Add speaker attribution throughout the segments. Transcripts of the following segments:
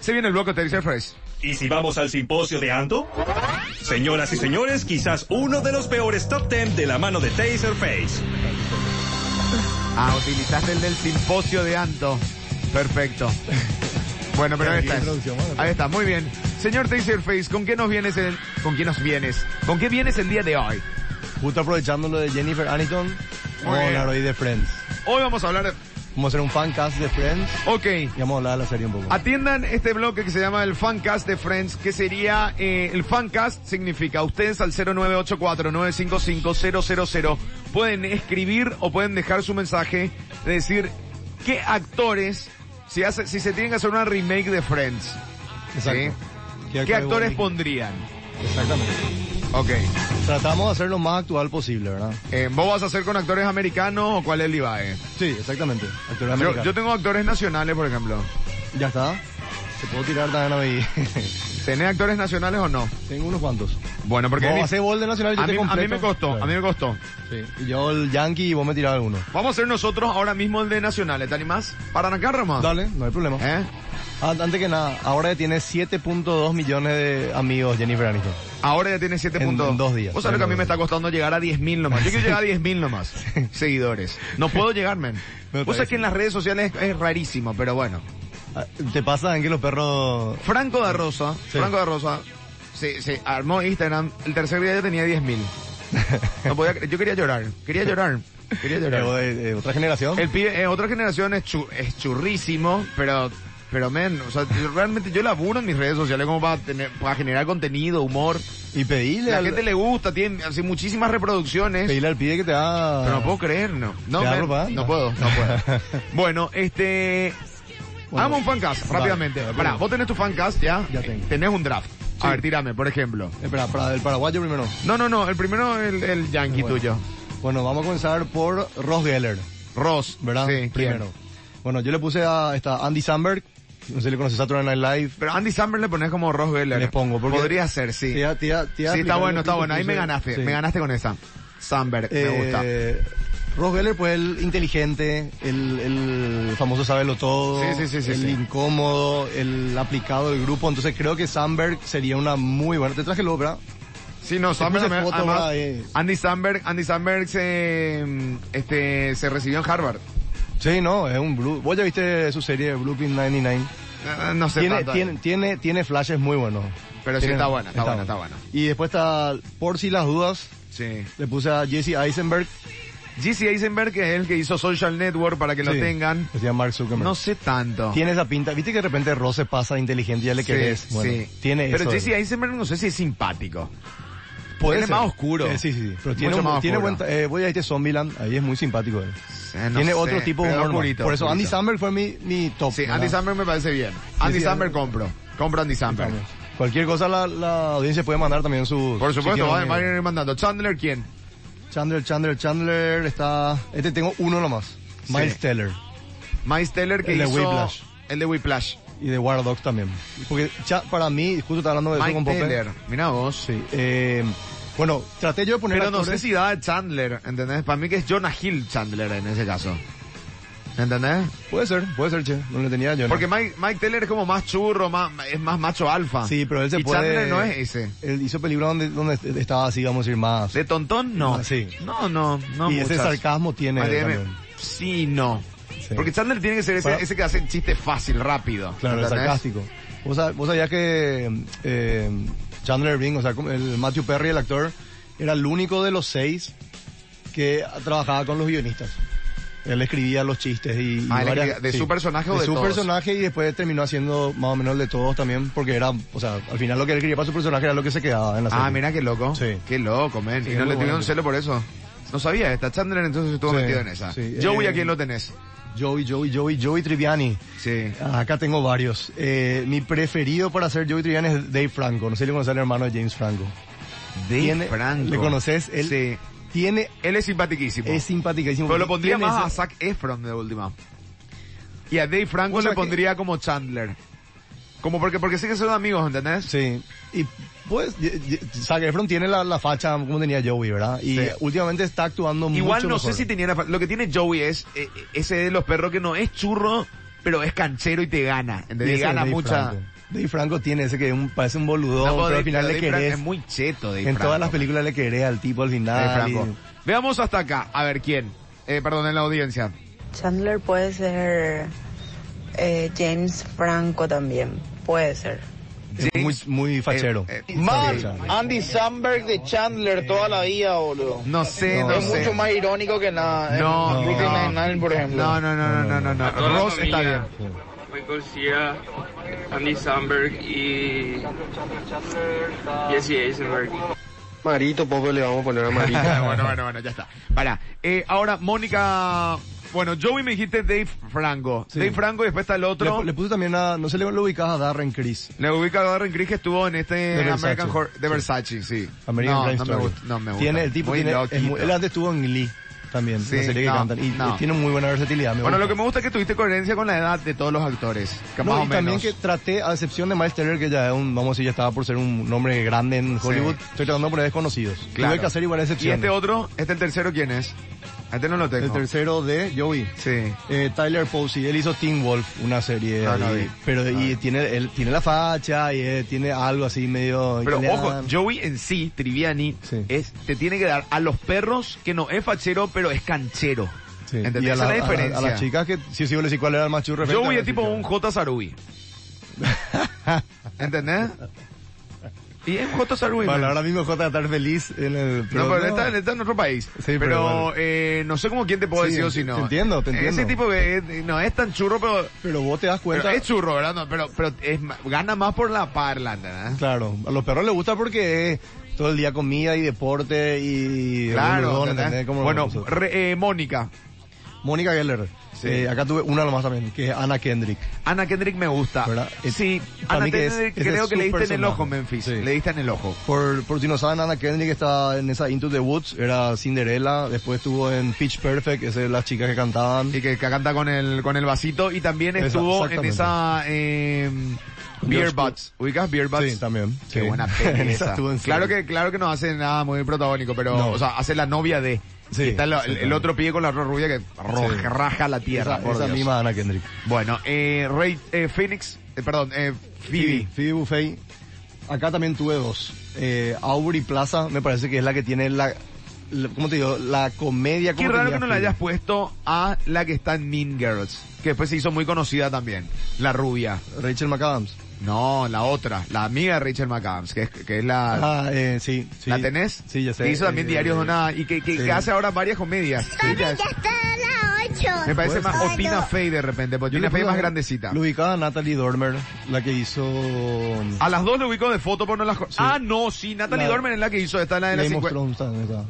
Speaker 1: Se viene el bloque Tercer Fresh.
Speaker 2: ¿Y si vamos al simposio de Anto? Señoras y señores, quizás uno de los peores top 10 de la mano de Taserface.
Speaker 3: Ah, utilizaste el del simposio de Anto. Perfecto. Bueno, pero ahí está. Ahí está, muy bien. Señor Taserface, ¿con qué nos vienes el, con qué nos vienes? ¿Con qué vienes el día de hoy?
Speaker 4: Justo aprovechando lo de Jennifer Aniston, vamos a
Speaker 1: bien.
Speaker 4: hablar hoy de Friends.
Speaker 1: Hoy vamos a hablar de...
Speaker 4: Vamos a hacer un fancast de Friends
Speaker 1: Ok.
Speaker 4: y vamos a hablar de la serie un poco.
Speaker 1: Atiendan este bloque que se llama el Fancast de Friends, que sería, eh, el Fancast significa, ustedes al 0984-955-000 pueden escribir o pueden dejar su mensaje de decir qué actores, si, hace, si se tienen que hacer una remake de Friends, ¿sí? ¿qué, actores pondrían?
Speaker 4: Exactamente.
Speaker 1: Ok,
Speaker 4: Tratamos de hacer lo más actual posible, ¿verdad?
Speaker 1: eh, ¿vos vas a hacer con actores americanos o cuál es el IBAE?
Speaker 4: Sí, exactamente. Actores
Speaker 1: Yo,
Speaker 4: americanos.
Speaker 1: yo tengo actores nacionales, por ejemplo.
Speaker 4: Ya está. Se puedo tirar también ahí.
Speaker 1: ¿Tenés actores nacionales o no?
Speaker 4: Tengo unos cuantos.
Speaker 1: Bueno, porque...
Speaker 4: Vos
Speaker 1: es
Speaker 4: hacés gol de Nacional y
Speaker 1: dif-
Speaker 4: yo
Speaker 1: a
Speaker 4: te
Speaker 1: mí, a mí
Speaker 4: completo.
Speaker 1: me costó,
Speaker 4: Claro.
Speaker 1: a mí me costó.
Speaker 4: Sí. Y yo el Yankee y vos me tirás alguno.
Speaker 1: Vamos a hacer nosotros ahora mismo el de nacionales, ¿te animás? ¿Para arrancar, Roma?
Speaker 4: Dale, no hay problema.
Speaker 1: Ah. ¿Eh?
Speaker 4: Ah, Antes que nada, ahora tiene 7.2 millones de amigos Jennifer Aniston.
Speaker 1: Ahora ya tiene 7
Speaker 4: En-
Speaker 1: puntos.
Speaker 4: en dos días.
Speaker 1: Vos sabés que a mí me está costando llegar a 10.000 nomás. Yo quiero llegar a 10.000 nomás.
Speaker 4: Sí.
Speaker 1: Seguidores. No puedo llegar, men.
Speaker 4: Me
Speaker 1: Vos sabés
Speaker 4: parece.
Speaker 1: que en las redes sociales es rarísimo, pero bueno.
Speaker 4: Ah, ¿Te pasa en que los perros...
Speaker 1: Franco de Rosa,
Speaker 4: Sí.
Speaker 1: Franco de Rosa, se, se armó Instagram. El tercer día ya tenía 10.000. No podía cre- yo quería llorar, quería llorar, quería llorar.
Speaker 4: Eh, eh, otra generación?
Speaker 1: El pibe, eh, otra generación es, chu- es churrísimo, pero, pero men, o sea, yo realmente yo laburo en mis redes sociales como para tener, para generar contenido, humor.
Speaker 4: Y pedirle
Speaker 1: La
Speaker 4: al,
Speaker 1: gente le gusta, tiene así muchísimas reproducciones.
Speaker 4: pedirle al pibe que te da...
Speaker 1: Pero no puedo creer, no. No,
Speaker 4: Te da
Speaker 1: men,
Speaker 4: propaganda.
Speaker 1: no puedo, no puedo. bueno, este...
Speaker 4: Bueno,
Speaker 1: Hagamos un fancast,
Speaker 4: vale,
Speaker 1: rápidamente.
Speaker 4: vale,
Speaker 1: Pará,
Speaker 4: vale.
Speaker 1: vos tenés tu fancast ya.
Speaker 4: Ya tengo.
Speaker 1: Tenés un draft. A ver, tirame, por ejemplo.
Speaker 4: Espera, Eh, para el paraguayo primero.
Speaker 1: No, no, no, el primero el, el yankee
Speaker 4: Bueno.
Speaker 1: tuyo.
Speaker 4: Bueno, vamos a comenzar por Ross Geller,
Speaker 1: Ross,
Speaker 4: ¿verdad?
Speaker 1: Sí, ¿quién?
Speaker 4: primero. Bueno, yo le puse a esta Andy Samberg, no sé si le conoces Saturday Night Live.
Speaker 1: Pero Andy Samberg le pones como Ross Geller.
Speaker 4: Les pongo, porque-
Speaker 1: Podría ser, sí.
Speaker 4: Te iba- te iba- te iba a
Speaker 1: sí, está
Speaker 4: explicar
Speaker 1: bueno,
Speaker 4: lo que
Speaker 1: está bueno. Ahí me
Speaker 4: puse.
Speaker 1: ganaste,
Speaker 4: Sí.
Speaker 1: me ganaste con esa. Samberg, me gusta.
Speaker 4: Eh, Ross Geller, pues el inteligente, el, el famoso sabelo todo,
Speaker 1: Sí, sí, sí, sí,
Speaker 4: el
Speaker 1: sí.
Speaker 4: incómodo, el aplicado del grupo. Entonces creo que Samberg sería una muy buena. Te traje el obra.
Speaker 1: Sí, no,
Speaker 4: Te
Speaker 1: Samberg
Speaker 4: puse
Speaker 1: además-
Speaker 4: foto
Speaker 1: además,
Speaker 4: ahora de-
Speaker 1: Andy Samberg, Andy Samberg se, mm, este, se recibió en Harvard.
Speaker 4: Sí, no, es un blue. Vos ya viste su serie de Blueprint 99.
Speaker 1: Eh, No sé
Speaker 4: Tiene,
Speaker 1: tanto.
Speaker 4: tiene, tiene, tiene flashes muy buenos.
Speaker 1: Pero sí
Speaker 4: Tiene-
Speaker 1: está buena, está buena, está buena.
Speaker 4: Y después está, por si las dudas,
Speaker 1: Sí.
Speaker 4: le puse a Jesse Eisenberg.
Speaker 1: Jesse Eisenberg, que es el que hizo Social Network para que lo
Speaker 4: Sí,
Speaker 1: tengan.
Speaker 4: Se llama Mark Zuckerberg.
Speaker 1: No sé tanto.
Speaker 4: Tiene esa pinta. Viste que de repente Ross se pasa inteligente y ya le
Speaker 1: Sí,
Speaker 4: querés. Bueno,
Speaker 1: sí.
Speaker 4: Tiene
Speaker 1: Pero
Speaker 4: eso.
Speaker 1: Jesse Eisenberg no sé si es simpático.
Speaker 4: Puede
Speaker 1: él es
Speaker 4: ser.
Speaker 1: más oscuro.
Speaker 4: Eh, sí, sí, sí. Pero
Speaker 1: Mucho
Speaker 4: tiene, un-
Speaker 1: más
Speaker 4: tiene
Speaker 1: oscuro.
Speaker 4: buen ta- eh, voy a este Zombieland, ahí es muy simpático él.
Speaker 1: Eh, no
Speaker 4: tiene
Speaker 1: sé,
Speaker 4: otro tipo de
Speaker 1: pero
Speaker 4: humor. más.
Speaker 1: oscurito,
Speaker 4: Por eso Andy
Speaker 1: oscurito.
Speaker 4: Samberg fue mi, mi top.
Speaker 1: Sí,
Speaker 4: ¿verdad?
Speaker 1: Andy Samberg me parece bien. Andy
Speaker 4: sí,
Speaker 1: Samberg
Speaker 4: Andy-
Speaker 1: compro. Compro Andy Samberg.
Speaker 4: Cualquier cosa la, la audiencia puede mandar también su...
Speaker 1: Por
Speaker 4: si
Speaker 1: supuesto,
Speaker 4: quieren,
Speaker 1: van
Speaker 4: eh,
Speaker 1: van a ir mandando. Chandler, ¿quién?
Speaker 4: Chandler, Chandler, Chandler, está... Este tengo uno nomás. Miles
Speaker 1: Sí.
Speaker 4: Teller.
Speaker 1: Miles Teller, que
Speaker 4: El de
Speaker 1: hizo...
Speaker 4: Whiplash.
Speaker 1: El de Whiplash.
Speaker 4: Y de War Dogs también. Porque cha- para mí, justo estaba hablando de eso
Speaker 1: Mike
Speaker 4: con Pope.
Speaker 1: Teller. Mira vos.
Speaker 4: Sí. Eh, bueno, traté yo de poner
Speaker 1: Pero no sé
Speaker 4: actores-
Speaker 1: si da a Chandler, ¿entendés? Para mí que es Jonah Hill Chandler en ese caso. ¿Entendés?
Speaker 4: Puede ser, puede ser, che. No le tenía yo. no.
Speaker 1: Porque Mike, Mike Teller es como más churro, más, es más macho alfa.
Speaker 4: Ah. Sí, pero él se
Speaker 1: y
Speaker 4: puede...
Speaker 1: Chandler no es ese.
Speaker 4: Él hizo peligro donde, donde estaba así, vamos a decir, más...
Speaker 1: ¿De tontón? No.
Speaker 4: Ah, sí.
Speaker 1: No, no, no.
Speaker 4: y ese
Speaker 1: muchas.
Speaker 4: sarcasmo tiene...
Speaker 1: Ah, tiene-
Speaker 4: también.
Speaker 1: Sí, no.
Speaker 4: Sí.
Speaker 1: Porque Chandler tiene que ser ese,
Speaker 4: Para-
Speaker 1: ese que hace chiste fácil, rápido.
Speaker 4: Claro, el
Speaker 1: ¿entendés?
Speaker 4: sarcástico. Vos, sab- vos sabías que eh, Chandler Bing, o sea, como el Matthew Perry, el actor, era el único de los seis que trabajaba con los guionistas. Él escribía los chistes y... y
Speaker 1: Ah, él escribía, ¿de su personaje o de
Speaker 4: su
Speaker 1: todos?
Speaker 4: personaje y después terminó haciendo más o menos el de todos también, porque era, o sea, al final lo que él quería para su personaje era lo que se quedaba en la serie.
Speaker 1: Ah, mira qué loco.
Speaker 4: Sí.
Speaker 1: Qué loco, men.
Speaker 4: Sí,
Speaker 1: y no
Speaker 4: muy
Speaker 1: le tuvieron
Speaker 4: bueno.
Speaker 1: celo por eso. No sabía esta. Chandler entonces estuvo
Speaker 4: Sí,
Speaker 1: metido en esa.
Speaker 4: sí.
Speaker 1: Joey,
Speaker 4: Eh,
Speaker 1: ¿a quién lo tenés?
Speaker 4: Joey, Joey, Joey, Joey Triviani.
Speaker 1: Sí.
Speaker 4: Acá tengo varios. Eh, mi preferido para ser Joey Triviani es Dave Franco. No sé si le conoces al hermano de James Franco.
Speaker 1: Dave
Speaker 4: Tiene-
Speaker 1: Franco.
Speaker 4: ¿Le conoces? Él
Speaker 1: Sí.
Speaker 4: tiene,
Speaker 1: Él es simpaticísimo.
Speaker 4: es simpaticísimo.
Speaker 1: Pero lo pondría
Speaker 4: Tiene
Speaker 1: más a
Speaker 4: ese-
Speaker 1: Zac Efron de última. Y a Dave Franco
Speaker 4: O sea
Speaker 1: le
Speaker 4: que-
Speaker 1: pondría como Chandler. Como porque, porque sé que son amigos, ¿entendés?
Speaker 4: Sí. Y pues, y- y- Zac Efron tiene la, la facha como tenía Joey, ¿verdad? Y
Speaker 1: Sí.
Speaker 4: últimamente está actuando mucho
Speaker 1: Igual no
Speaker 4: mejor.
Speaker 1: sé si tenía la fa- Lo que tiene Joey es eh, ese de los perros que no es churro, pero es canchero y te gana.
Speaker 4: Y
Speaker 1: ¿entendés?
Speaker 4: ese
Speaker 1: gana
Speaker 4: Dave
Speaker 1: mucha...
Speaker 4: Franco. Dave Franco tiene ese que un, parece un boludón, no, pero Dave, al final pero le querés.
Speaker 1: Es muy cheto, Dave
Speaker 4: En
Speaker 1: Franco.
Speaker 4: todas las películas le querés al tipo al final. Dave Eh, Franco. Y...
Speaker 1: Ah, Veamos hasta acá. A ver, ¿quién? Eh, perdón, en la audiencia.
Speaker 5: Chandler puede ser eh, James Franco también. Puede ser.
Speaker 4: Es muy, muy fachero. Eh,
Speaker 6: eh, Man, Andy Samberg de Chandler toda la vida, boludo.
Speaker 1: No sé, no,
Speaker 6: no Es
Speaker 1: sé.
Speaker 6: mucho más irónico que
Speaker 4: eh,
Speaker 6: nada.
Speaker 1: No,
Speaker 6: en Brooklyn Nine-Nine, por ejemplo.
Speaker 1: No, no, no, no, no, no. no. Ross está bien.
Speaker 7: Michael Cera, Andy Samberg y Jesse Eisenberg.
Speaker 8: Marito, poco le vamos a poner a Marito.
Speaker 1: bueno, bueno, bueno, ya está. Para. Eh, ahora, Mónica... Bueno, Joey me dijiste Dave Franco. Sí. Dave Franco y después está el otro.
Speaker 4: Le, le puse también a, no sé, le, le ubicas a Darren Criss.
Speaker 1: Le ubicas a Darren Criss que estuvo en este de American Horror, de Versace, sí. sí.
Speaker 4: American
Speaker 1: no,
Speaker 4: Crime
Speaker 1: no
Speaker 4: Story.
Speaker 1: Me gusta, no me gusta.
Speaker 4: Tiene, el tipo
Speaker 1: muy
Speaker 4: tiene, es muy, él antes estuvo en Glee también, sí, la serie que
Speaker 1: no,
Speaker 4: cantan. Y,
Speaker 1: no.
Speaker 4: y tiene muy buena versatilidad. me
Speaker 1: Bueno,
Speaker 4: gusta.
Speaker 1: lo que me gusta es que tuviste coherencia con la edad de todos los actores. Que
Speaker 4: No,
Speaker 1: más o
Speaker 4: y
Speaker 1: menos.
Speaker 4: también que traté, a excepción de Miles Teller, que ya es un, vamos a decir, ya estaba por ser un nombre grande en Hollywood, estoy tratando de poner desconocidos.
Speaker 1: Claro.
Speaker 4: Tuve que hacer igual
Speaker 1: Y
Speaker 4: excepciones.
Speaker 1: este otro, este el tercero, ¿quién es? Este no lo tengo.
Speaker 4: El tercero de Joey.
Speaker 1: Sí.
Speaker 4: Eh, Tyler Posey, él hizo Teen Wolf, una serie.
Speaker 1: No,
Speaker 4: ahí,
Speaker 1: no Ah, vi.
Speaker 4: pero y tiene, él tiene la facha y eh, tiene algo así medio.
Speaker 1: Pero
Speaker 4: italiano.
Speaker 1: ojo, Joey en sí, Triviani,
Speaker 4: Sí.
Speaker 1: es, te tiene que dar a los perros que no es fachero, pero es canchero.
Speaker 4: Sí.
Speaker 1: ¿Entendés?
Speaker 4: Y a,
Speaker 1: Esa
Speaker 4: la-
Speaker 1: es la
Speaker 4: a-
Speaker 1: diferencia.
Speaker 4: a las chicas que sí, sí, yo les decía cuál era el más churro.
Speaker 1: Joey es tipo un J. Sarubi. ¿Entendés? Y es un J. Sarubi.
Speaker 4: Bueno,
Speaker 1: man.
Speaker 4: ahora mismo J estar feliz en el.
Speaker 1: no, pero Está, está en otro país.
Speaker 4: Sí, pero
Speaker 1: pero
Speaker 4: bueno.
Speaker 1: eh, no sé cómo quién te puedo
Speaker 4: Sí,
Speaker 1: decir o si
Speaker 4: te
Speaker 1: no.
Speaker 4: entiendo, te
Speaker 1: Ese
Speaker 4: entiendo.
Speaker 1: tipo que es- no es tan churro, pero,
Speaker 4: Pero vos te das
Speaker 1: pero
Speaker 4: cuenta.
Speaker 1: es churro, ¿verdad? No, pero pero es, ma- gana más por la ¿eh? parla, ¿entendés?
Speaker 4: Claro, a los perros les gusta porque es todo el día comida y deporte y.
Speaker 1: Claro,
Speaker 4: algodón,
Speaker 1: ¿entendés?
Speaker 4: ¿entendés? Como
Speaker 1: bueno,
Speaker 4: nosotros.
Speaker 1: re- eh, Mónica,
Speaker 4: Mónica Geller.
Speaker 1: Sí.
Speaker 4: Eh, acá tuve una nomás también, que es Anna Kendrick.
Speaker 1: Ana Kendrick me gusta.
Speaker 4: ¿Verdad? Es-
Speaker 1: Sí,
Speaker 4: para
Speaker 1: Ana
Speaker 4: mí que es-
Speaker 1: Kendrick
Speaker 4: ese
Speaker 1: creo
Speaker 4: es
Speaker 1: que
Speaker 4: su
Speaker 1: le diste en el
Speaker 4: personaje.
Speaker 1: ojo, Memphis.
Speaker 4: Sí.
Speaker 1: Le diste en el ojo.
Speaker 4: Por, por si no saben, Anna Kendrick está en esa Into the Woods, era Cinderella, después estuvo en Pitch Perfect, esa es las chicas que cantaban.
Speaker 1: Y que, que canta con el, con el vasito y también
Speaker 4: Esa-
Speaker 1: estuvo en
Speaker 4: exactamente.
Speaker 1: esa, eh, Beer Butts. ¿Ubicas Beer Butts?
Speaker 4: Sí, también.
Speaker 1: Qué
Speaker 4: sí.
Speaker 1: buena peli
Speaker 4: Esa
Speaker 1: esa.
Speaker 4: estuvo en
Speaker 1: Claro
Speaker 4: serie.
Speaker 1: que, claro que no hace nada muy protagónico, pero,
Speaker 4: No.
Speaker 1: o sea, hace la novia de.
Speaker 4: Sí,
Speaker 1: Y está la-
Speaker 4: sí,
Speaker 1: el, el
Speaker 4: claro.
Speaker 1: otro pie con la otra rubia que ro-
Speaker 4: Sí.
Speaker 1: raja la tierra,
Speaker 4: Esa,
Speaker 1: por
Speaker 4: esa
Speaker 1: Dios.
Speaker 4: misma Anna Kendrick.
Speaker 1: Bueno, eh, Rey, eh, Phoenix, eh, perdón, eh, Phoebe.
Speaker 4: Phoebe Buffay. Acá también tuve dos. Eh, Aubrey Plaza, me parece que es la que tiene la, la- ¿cómo te digo? La comedia.
Speaker 1: Qué
Speaker 4: como
Speaker 1: raro
Speaker 4: tenía
Speaker 1: que no la
Speaker 4: Phoebe.
Speaker 1: hayas puesto a la que está en Mean Girls, que después se hizo muy conocida también, la rubia.
Speaker 4: Rachel McAdams.
Speaker 1: No, la otra, la amiga de Rachel McAdams, que es, que es la...
Speaker 4: Ah, eh, sí, sí.
Speaker 1: ¿La tenés?
Speaker 4: Sí, ya sé.
Speaker 1: Que hizo también
Speaker 4: Eh,
Speaker 1: Diarios de una... Y que, que-
Speaker 4: sí.
Speaker 1: que hace ahora varias comedias.
Speaker 9: Ya está a las 8.
Speaker 1: Me parece más... O
Speaker 9: Ay,
Speaker 1: Tina
Speaker 9: no.
Speaker 1: Fey de repente, porque
Speaker 4: Yo
Speaker 1: Tina
Speaker 4: le
Speaker 1: Fey es
Speaker 4: puse-
Speaker 1: más grandecita.
Speaker 4: Lo ubicaba Natalie Dormer, la que hizo...
Speaker 1: A las dos lo ubicó de foto, pero no las... co- Ah, no, sí, Natalie
Speaker 4: La-
Speaker 1: Dormer es la que hizo, esta es la de las
Speaker 4: Game of
Speaker 1: 50...
Speaker 4: Thrones también está.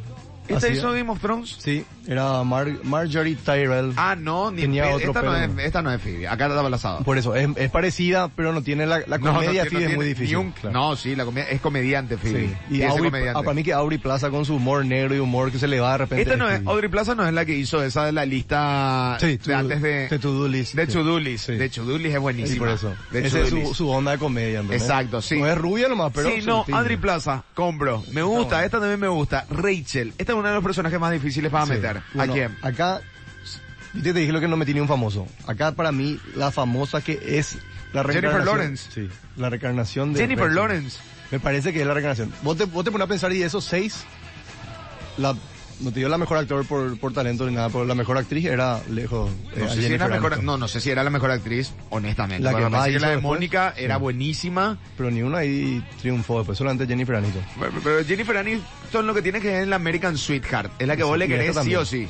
Speaker 1: ¿Esta
Speaker 4: Hacía-
Speaker 1: hizo Game of Thrones?
Speaker 4: Sí, era Mar- Marjorie Tyrell.
Speaker 1: Ah, no, ni
Speaker 4: Tenía
Speaker 1: pe-
Speaker 4: otro
Speaker 1: esta, no
Speaker 4: pelo.
Speaker 1: es, esta no es Phoebe, acá está balazada.
Speaker 4: Por eso, es, es parecida, pero no tiene la, la comedia, sí,
Speaker 1: tiene-
Speaker 4: es muy
Speaker 1: ni
Speaker 4: difícil.
Speaker 1: un-
Speaker 4: claro.
Speaker 1: No, sí, la comedia, es comediante, Phoebe.
Speaker 4: Sí.
Speaker 1: Y
Speaker 4: Y Aubrey-
Speaker 1: comediante.
Speaker 4: ah, para mí que Aubrey Plaza con su humor negro y humor que se le va de repente.
Speaker 1: Esta no es,
Speaker 4: Phoebe.
Speaker 1: Audrey Plaza no es la que hizo esa de la lista
Speaker 4: Sí,
Speaker 1: de
Speaker 4: to-
Speaker 1: antes de...
Speaker 4: de To-Do List,
Speaker 1: De
Speaker 4: sí.
Speaker 1: To-Do List.
Speaker 4: Sí.
Speaker 1: De To-Do List es
Speaker 4: Sí,
Speaker 1: buenísima.
Speaker 4: por eso.
Speaker 1: De
Speaker 4: Esa
Speaker 1: To-Do
Speaker 4: es su,
Speaker 1: List.
Speaker 4: su onda de comedia. ¿entendés?
Speaker 1: Exacto, sí.
Speaker 4: No es rubia nomás, pero...
Speaker 1: sí, no,
Speaker 4: sutil.
Speaker 1: Audrey Plaza, compro. Me gusta,
Speaker 4: bueno.
Speaker 1: esta también me gusta. Rachel, esta es uno de los personajes más difíciles para
Speaker 4: Sí.
Speaker 1: meter.
Speaker 4: Bueno,
Speaker 1: ¿A quién?
Speaker 4: Acá, yo te dije lo que no metí ni un famoso. Acá para mí, la famosa que es la
Speaker 1: Jennifer
Speaker 4: reencarnación-
Speaker 1: Lawrence.
Speaker 4: Sí, la reencarnación de...
Speaker 1: Jennifer
Speaker 4: Rachel.
Speaker 1: Lawrence.
Speaker 4: Me parece que es la reencarnación. Vos te, vos te pones a pensar y de esos seis, la, no te dio la mejor actor por, por talento ni nada, pero la mejor actriz era lejos. eh,
Speaker 1: No
Speaker 4: a
Speaker 1: sé, si era
Speaker 4: Jennifer
Speaker 1: mejor,
Speaker 4: Aniston.
Speaker 1: no, no sé si era la mejor actriz, honestamente.
Speaker 4: La que
Speaker 1: Porque me
Speaker 4: más
Speaker 1: parece
Speaker 4: hizo
Speaker 1: la de
Speaker 4: después.
Speaker 1: Mónica era
Speaker 4: Sí.
Speaker 1: buenísima.
Speaker 4: Pero ni una ahí triunfó después, solamente Jennifer Aniston.
Speaker 1: Pero pero Jennifer Aniston lo que tiene que es la American Sweetheart. Es la que vos le
Speaker 4: Y esta
Speaker 1: querés sí
Speaker 4: también.
Speaker 1: o sí.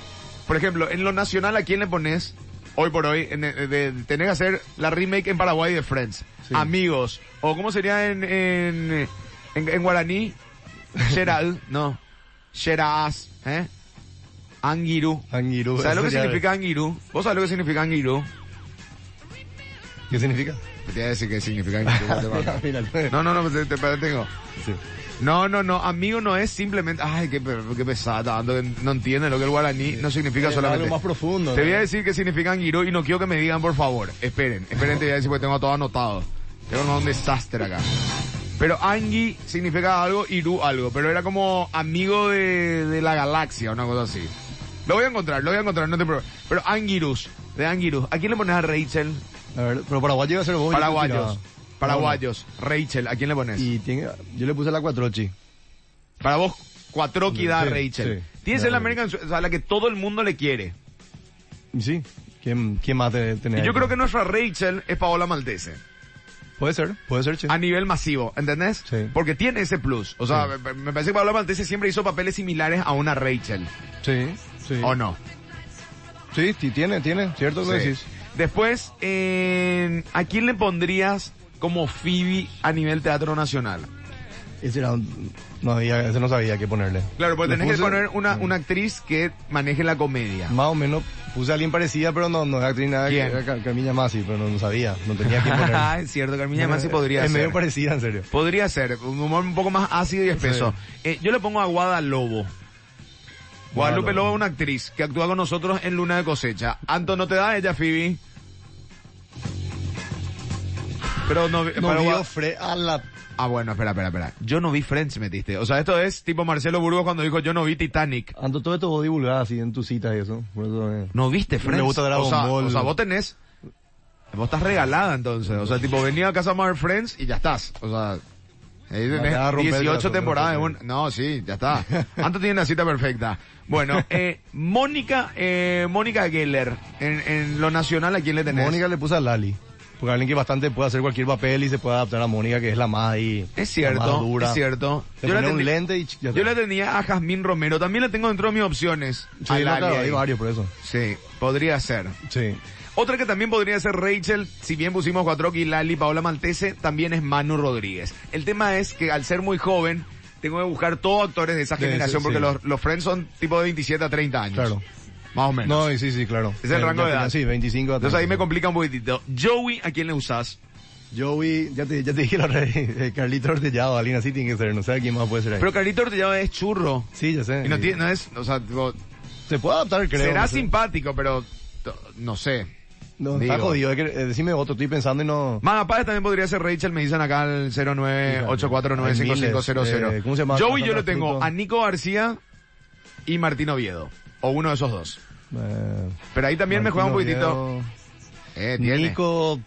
Speaker 1: Por ejemplo, en lo nacional, ¿a quién le pones hoy por hoy en- eh, de, de- tener que hacer la remake en Paraguay de Friends?
Speaker 4: Sí.
Speaker 1: Amigos. ¿O cómo sería en, en, en, en guaraní? Gerald, no. Sheraz, ¿eh? Angiru.
Speaker 4: Angiru.
Speaker 1: ¿Sabes lo que
Speaker 4: esa sería-
Speaker 1: significa Angiru? ¿Vos sabés lo que significa Angiru?
Speaker 4: ¿Qué significa?
Speaker 1: Te voy a decir qué significa Angiru.
Speaker 4: Mira,
Speaker 1: No, no, no, te, te, te tengo.
Speaker 4: sí.
Speaker 1: No, no, no, amigo no es simplemente, ay, qué, pe- qué pesada, tanto que no entiende lo que el guaraní no significa
Speaker 4: Es
Speaker 1: solamente.
Speaker 4: algo más profundo.
Speaker 1: Te
Speaker 4: ¿no?
Speaker 1: voy a decir qué significa anguiro y no quiero que me digan, por favor. Esperen, esperen, te voy a decir porque tengo todo anotado. Tengo un desastre acá. Pero Angi significa algo, Iru algo, pero era como amigo de, de la galaxia, una cosa así. Lo voy a encontrar, lo voy a encontrar, no te preocupes. Pero Angirus, de Angirus, ¿a quién le pones a Rachel?
Speaker 4: A ver, pero Paraguay llega a ser vos. y yo te
Speaker 1: Paraguayos.
Speaker 4: tiraba.
Speaker 1: Paraguayos. Rachel, ¿a quién le pones?
Speaker 4: Y tiene, yo le puse la cuatrochi.
Speaker 1: Para vos, Cuatroqui da a
Speaker 4: Sí,
Speaker 1: Rachel.
Speaker 4: sí.
Speaker 1: Tienes
Speaker 4: Ya,
Speaker 1: el
Speaker 4: ya.
Speaker 1: American Sue- o sea, la que todo el mundo le quiere.
Speaker 4: Y sí, ¿quién, quién más te, tenés
Speaker 1: Y yo
Speaker 4: ahí?
Speaker 1: creo que nuestra Rachel es Paola Maltese.
Speaker 4: Puede ser, puede ser, che.
Speaker 1: A nivel masivo, ¿entendés?
Speaker 4: Sí.
Speaker 1: Porque tiene ese plus. O sea, me, me parece que Paola Maltese siempre hizo papeles similares a una Rachel.
Speaker 4: Sí, sí.
Speaker 1: ¿O no?
Speaker 4: Sí, ti- tiene, tiene, ¿cierto que
Speaker 1: Sí.
Speaker 4: decís?
Speaker 1: Después, en- ¿a quién le pondrías como Phoebe a nivel teatro nacional?
Speaker 4: Ese era un- no había, ese no sabía qué ponerle.
Speaker 1: Claro, porque
Speaker 4: Le
Speaker 1: tenés que
Speaker 4: puse-
Speaker 1: poner una, una actriz que maneje la comedia.
Speaker 4: Más o menos puse a alguien parecida, pero no, no era actriz nada. que
Speaker 1: ¿Quién?
Speaker 4: Era Ca- Carmiña Masi, pero no, no sabía, no tenía que poner.
Speaker 1: Ah, es cierto, Carmina Masi podría
Speaker 4: Es
Speaker 1: ser.
Speaker 4: medio parecida, en serio.
Speaker 1: Podría ser, un humor un poco más ácido y espeso. Eh, yo le pongo a Guada Lobo. Guadalupe
Speaker 4: Guada Lobo.
Speaker 1: Lobo es una actriz que actúa con nosotros en Luna de Cosecha. Anto, ¿no te da ella, Phoebe? Pero no,
Speaker 4: No
Speaker 1: pero
Speaker 4: vio
Speaker 1: Gua-
Speaker 4: Fre- a la...
Speaker 1: Ah, bueno, espera, espera, espera. Yo no vi Friends, metiste. O sea, esto es tipo Marcelo Burgos cuando dijo yo no vi Titanic.
Speaker 4: Ando todo esto vos divulgás así en tus citas y eso. Por eso eh.
Speaker 1: No viste Friends.
Speaker 4: gusta Dragon
Speaker 1: o sea,
Speaker 4: Ball.
Speaker 1: O sea, vos tenés... Vos estás regalada entonces. O sea, tipo, venía a casa a ver Friends y ya estás. O sea... Ahí
Speaker 4: Acaba
Speaker 1: tenés
Speaker 4: de romper el
Speaker 1: 18
Speaker 4: corazón,
Speaker 1: temporadas de
Speaker 4: no
Speaker 1: un...
Speaker 4: sé.
Speaker 1: No, sí, ya está. Antes tiene la cita perfecta. Bueno, eh, Mónica, eh, Mónica Geller, en, en lo nacional, ¿a quién le tenés?
Speaker 4: Mónica le puse a Lali. Porque alguien que bastante puede hacer cualquier papel y se puede adaptar a Mónica, que es la más ahí.
Speaker 1: Es
Speaker 4: la más
Speaker 1: cierto,
Speaker 4: dura.
Speaker 1: es cierto.
Speaker 4: Le
Speaker 1: Yo la,
Speaker 4: pone un
Speaker 1: tendí-
Speaker 4: lente y ch- ya
Speaker 1: yo la
Speaker 4: está.
Speaker 1: tenía a Jazmín Romero. También la tengo dentro de mis opciones.
Speaker 4: Sí,
Speaker 1: A
Speaker 4: no,
Speaker 1: Lali
Speaker 4: claro,
Speaker 1: ahí.
Speaker 4: hay varios por eso.
Speaker 1: Sí, podría ser.
Speaker 4: Sí.
Speaker 1: Otra que también podría ser Rachel, si bien pusimos Cuatroqui, Lali, Paola Maltese, también es Manu Rodríguez. El tema es que al ser muy joven, tengo que buscar todos actores de esa
Speaker 4: De
Speaker 1: generación,
Speaker 4: ese,
Speaker 1: porque
Speaker 4: sí.
Speaker 1: los, los Friends son tipo de 27 a 30 años.
Speaker 4: Claro.
Speaker 1: Más o menos.
Speaker 4: No, y sí, sí, claro.
Speaker 1: Es el
Speaker 4: Ya-
Speaker 1: rango
Speaker 4: ya
Speaker 1: de edad.
Speaker 4: tenía- Sí, 25 a
Speaker 1: Entonces ahí me
Speaker 4: 30.
Speaker 1: complica un poquitito. Joey, ¿a quién le usás?
Speaker 4: Joey, ya te, ya te dije la otra vez, eh, Carlito Ortellado, alguien así tiene que ser, no sé quién más puede ser ahí.
Speaker 1: Pero Carlito Ortellado es churro.
Speaker 4: sí, ya sé.
Speaker 1: Y no, tiene, no es, o sea, tipo,
Speaker 4: Se puede adaptar, creo.
Speaker 1: será
Speaker 4: no sé.
Speaker 1: simpático, pero to- no sé.
Speaker 4: No, está
Speaker 1: digo.
Speaker 4: jodido, es que, eh, decime otro, estoy pensando y no...
Speaker 1: Magapáez también podría ser Rachel, me dicen acá al
Speaker 4: Hay miles, eh,
Speaker 1: 0984955500.
Speaker 4: ¿cómo se llama?
Speaker 1: Joey yo lo
Speaker 4: Cantante
Speaker 1: tengo
Speaker 4: adjunto.
Speaker 1: a Nico García y Martín Oviedo, o uno de esos dos.
Speaker 4: Eh,
Speaker 1: Pero ahí también me juega un
Speaker 4: Martín
Speaker 1: poquitito.
Speaker 4: Oviedo,
Speaker 1: Eh, tiene.
Speaker 4: Nico,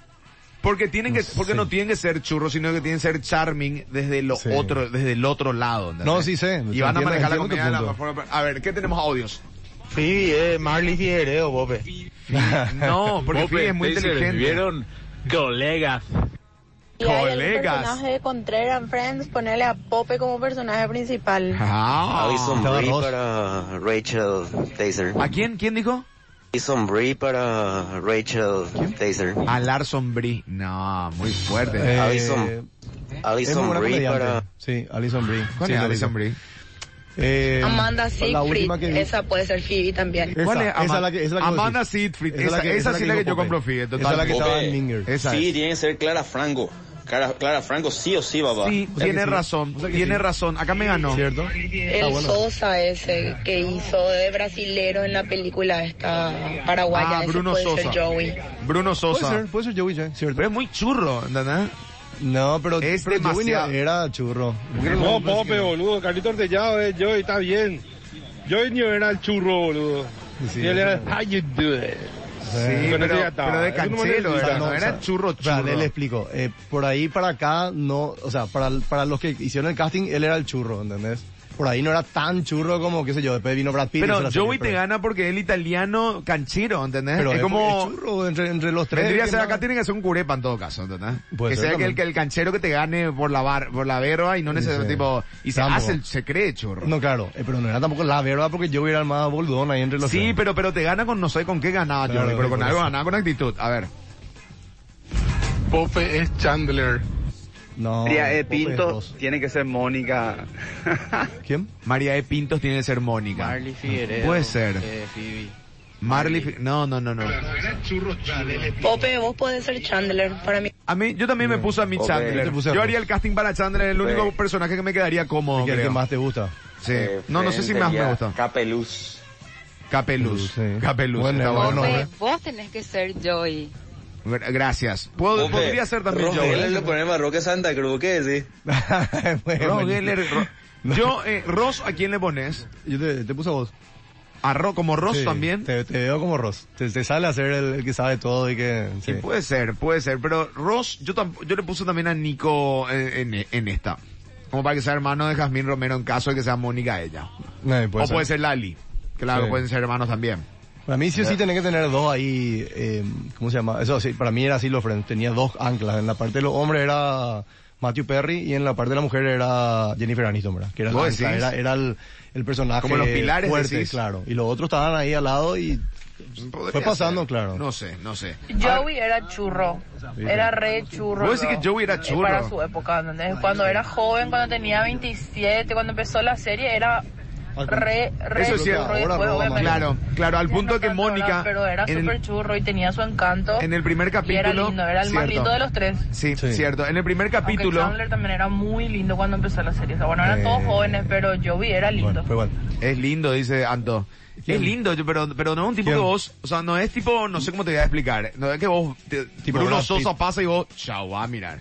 Speaker 1: Porque tienen que, porque
Speaker 4: sé.
Speaker 1: no tienen que ser churros, sino que tienen que ser charming desde lo
Speaker 4: Sí.
Speaker 1: otro, desde el otro lado. ¿entendés?
Speaker 4: No, sí sé,
Speaker 1: Y van a
Speaker 4: entiendo-
Speaker 1: manejar la
Speaker 4: entiendo tu
Speaker 1: comida de la
Speaker 4: punto.
Speaker 1: forma- A ver, ¿qué tenemos audios?
Speaker 10: Phoebe es Marley eh, Figueredo, Pope.
Speaker 1: No, porque Phoebe es muy inteligente.
Speaker 11: Colegas.
Speaker 12: Y hay el
Speaker 1: Colegas.
Speaker 12: personaje de Contreras en Friends, ponerle a Pope como personaje principal.
Speaker 1: Ah.
Speaker 4: estaba Ross.
Speaker 13: para Rachel Taser.
Speaker 1: ¿A quién? ¿Quién dijo?
Speaker 13: Alison Brie para Rachel Taser.
Speaker 1: A Larson Brie. No, muy fuerte.
Speaker 4: eh,
Speaker 13: Alison.
Speaker 4: es muy
Speaker 13: Alison
Speaker 4: buena
Speaker 13: Brie
Speaker 4: comediante.
Speaker 13: para...
Speaker 4: Sí, Alison Brie.
Speaker 1: ¿Cuál
Speaker 4: sí,
Speaker 1: es
Speaker 4: la
Speaker 1: Alison
Speaker 4: vi.
Speaker 1: Brie?
Speaker 4: Eh,
Speaker 12: Amanda
Speaker 4: La
Speaker 12: Siegfried,
Speaker 4: última que vi.
Speaker 12: esa puede ser Phoebe también.
Speaker 4: Esa,
Speaker 1: ¿Cuál es?
Speaker 4: esa
Speaker 1: Ama-
Speaker 4: la que, esa la que vos
Speaker 1: Amanda
Speaker 4: decís.
Speaker 1: Seyfried. Esa- esa sí es la que
Speaker 4: dijo
Speaker 1: yo
Speaker 4: Pope.
Speaker 1: compro Free,
Speaker 4: Esa es la que
Speaker 1: totalmente.
Speaker 4: estaba en Minger.
Speaker 1: Esa
Speaker 11: Sí,
Speaker 1: es.
Speaker 11: tiene que ser Clara Franco. Clara, Clara Franco sí o sí, papá.
Speaker 1: Sí,
Speaker 4: sea que
Speaker 1: tiene
Speaker 4: sí.
Speaker 1: razón,
Speaker 4: O sea que
Speaker 1: tiene
Speaker 4: sí.
Speaker 1: razón. Acá me ganó.
Speaker 4: ¿Cierto?
Speaker 12: El Sosa ese que hizo de brasilero en la película esta paraguaya,
Speaker 1: Ah,
Speaker 12: ese
Speaker 1: Bruno
Speaker 12: puede
Speaker 1: Sosa.
Speaker 12: ser Joey.
Speaker 1: Bruno
Speaker 4: Puede
Speaker 1: Sosa.
Speaker 4: ser, puede ser Joey, ya, ¿cierto?
Speaker 1: Pero es muy churro, ¿entendés?
Speaker 4: No, pero,
Speaker 1: Es
Speaker 4: pero Joey ni
Speaker 1: demasiado.
Speaker 4: era churro.
Speaker 2: No, Pope, boludo. Carlito Ortellado es Joey, está bien. Joey ni era el churro, boludo.
Speaker 4: Sí.
Speaker 2: y él era, how you do it.
Speaker 1: Sí,
Speaker 2: Con
Speaker 1: pero,
Speaker 2: eso ya está.
Speaker 1: pero de
Speaker 2: Es un hombre
Speaker 1: canchelo, era,
Speaker 2: delicado,
Speaker 1: no,
Speaker 4: o
Speaker 1: era
Speaker 4: sea,
Speaker 1: churro
Speaker 4: espera,
Speaker 1: churro.
Speaker 4: le, le explico. Eh, por ahí para acá, no, o sea, para, para los que hicieron el casting, él era el churro, ¿entendés? Por ahí no era tan churro como, qué sé yo, después vino Brad Pitt. y hizo
Speaker 1: Pero
Speaker 4: la serie,
Speaker 1: Joey te
Speaker 4: pero-
Speaker 1: gana porque el italiano canchero, ¿entendés?
Speaker 4: Pero
Speaker 1: es como...
Speaker 4: es churro entre, entre los tres.
Speaker 1: Vendría a
Speaker 4: que
Speaker 1: ser
Speaker 4: no-
Speaker 1: acá, tiene que ser un curepa en todo caso, ¿entendés? que
Speaker 4: Puede
Speaker 1: sea
Speaker 4: ser
Speaker 1: que
Speaker 4: también.
Speaker 1: el, que el canchero que te gane por la bar, por la verba y no necesariamente
Speaker 4: Sí.
Speaker 1: tipo, y se
Speaker 4: Tampoco.
Speaker 1: hace, el- se cree churro.
Speaker 4: No, claro, eh, pero no era tampoco la verdad porque Joey era el más boldón ahí entre los
Speaker 1: sí,
Speaker 4: tres.
Speaker 1: pero, pero te gana con no sé con qué ganaba
Speaker 4: Claro,
Speaker 1: Johnny, pero
Speaker 4: por
Speaker 1: con algo
Speaker 4: eso.
Speaker 1: ganaba con actitud. A ver.
Speaker 11: Pope es Chandler.
Speaker 4: No.
Speaker 6: eh,
Speaker 4: Pope es Ross.
Speaker 10: eh, tiene que ser Mónica.
Speaker 4: ¿Quién?
Speaker 1: María E. Pintos tiene que ser Mónica.
Speaker 11: Marley Figueredo.
Speaker 1: Puede ser.
Speaker 11: eh, Phoebe.
Speaker 1: Marley, Fi- no, no, no, no.
Speaker 12: Pope, vos podés ser Chandler para mí.
Speaker 1: A mí, yo también me puse a mi
Speaker 13: Ok.
Speaker 1: Chandler.
Speaker 4: Yo te puse a
Speaker 1: Yo
Speaker 4: Ross.
Speaker 1: haría el casting para Chandler, el único
Speaker 13: Ok.
Speaker 1: personaje que me quedaría cómodo,
Speaker 4: ¿Quién es el que
Speaker 1: creo.
Speaker 4: más te gusta?
Speaker 1: Sí.
Speaker 13: eh,
Speaker 1: no, no sé si
Speaker 13: frente
Speaker 1: más me
Speaker 13: a
Speaker 1: gusta.
Speaker 13: Capeluz.
Speaker 1: Capeluz.
Speaker 4: Sí.
Speaker 1: Capeluz.
Speaker 4: Bueno,
Speaker 1: está bueno.
Speaker 4: bueno, Pope, no.
Speaker 9: vos tenés que ser Joey.
Speaker 1: Gra- Gracias. Puedo-
Speaker 11: Pope,
Speaker 1: podría ser también
Speaker 11: Ross
Speaker 1: yo. ¿eh?
Speaker 11: Geller lo ponemos a Roque Santa Cruz, ¿qué decís?
Speaker 4: Bueno,
Speaker 1: Ross Geller, Ro- Yo, eh, Ross, eh, ¿a quién le pones?
Speaker 4: Yo te, te puse a vos.
Speaker 1: ¿A Ro, como Ross
Speaker 4: Sí,
Speaker 1: también?
Speaker 4: Te, te veo como Ross. Te, te sale a ser el, el que sabe todo y que...
Speaker 1: Sí, pues.
Speaker 4: sí.
Speaker 1: puede ser, puede ser. Pero Ross, yo, tamp- yo le puse también a Nico en, en- en esta. Como para que sea hermano de Jazmín Romero en caso de que sea Mónica ella.
Speaker 4: No, puede
Speaker 1: o
Speaker 4: ser.
Speaker 1: puede ser Lali. Claro,
Speaker 4: Sí.
Speaker 1: pueden ser hermanos también.
Speaker 4: Para mí sí o sí tenés que tener dos ahí, eh, ¿cómo se llama? Eso sí, para mí era así los friends, tenía dos anclas. En la parte de los hombres era Matthew Perry y en la parte de la mujer era Jennifer Aniston, ¿verdad? Que era, la
Speaker 1: ¿Vos
Speaker 4: ancla,
Speaker 1: decís?
Speaker 4: era, era el, el personaje
Speaker 1: Como los pilares,
Speaker 4: fuerte,
Speaker 1: decís.
Speaker 4: claro. Y los otros estaban ahí al lado y fue
Speaker 1: Podría
Speaker 4: pasando,
Speaker 1: ser.
Speaker 4: claro.
Speaker 1: No sé, no sé.
Speaker 5: Joey era churro, era re churro.
Speaker 1: ¿Vos decís
Speaker 5: ¿no?
Speaker 1: que Joey era
Speaker 5: Eh,
Speaker 1: churro?
Speaker 5: Para su época, ¿entendés? Cuando era joven, cuando tenía 27, cuando empezó la serie, era re, re
Speaker 1: Eso es
Speaker 5: churro.
Speaker 1: cierto.
Speaker 5: y después, obviamente,
Speaker 1: Claro, claro, al
Speaker 5: ya
Speaker 1: punto
Speaker 5: no
Speaker 1: que
Speaker 5: tanto,
Speaker 1: Mónica
Speaker 5: ¿verdad? Pero era
Speaker 1: en el-
Speaker 5: súper churro y tenía su encanto.
Speaker 1: en el primer
Speaker 5: Y era
Speaker 1: capítulo,
Speaker 5: lindo, era el más
Speaker 1: cierto.
Speaker 5: lindo de los tres.
Speaker 1: Sí, cierto. En el primer
Speaker 5: Aunque
Speaker 1: capítulo...
Speaker 5: Chandler también era muy lindo cuando empezó la serie. O sea, bueno, eran
Speaker 1: Eh.
Speaker 5: todos jóvenes, pero Joey era lindo.
Speaker 1: Es lindo, dice Anto. Es lindo, yo- pero, pero no es un tipo que vos, o sea, no es tipo, no sé cómo te voy a explicar, no es que vos, te,
Speaker 4: Tipo
Speaker 1: Bruno
Speaker 4: Brad
Speaker 1: Sosa
Speaker 4: Pitt.
Speaker 1: pasa y vos, chao, va a mirar.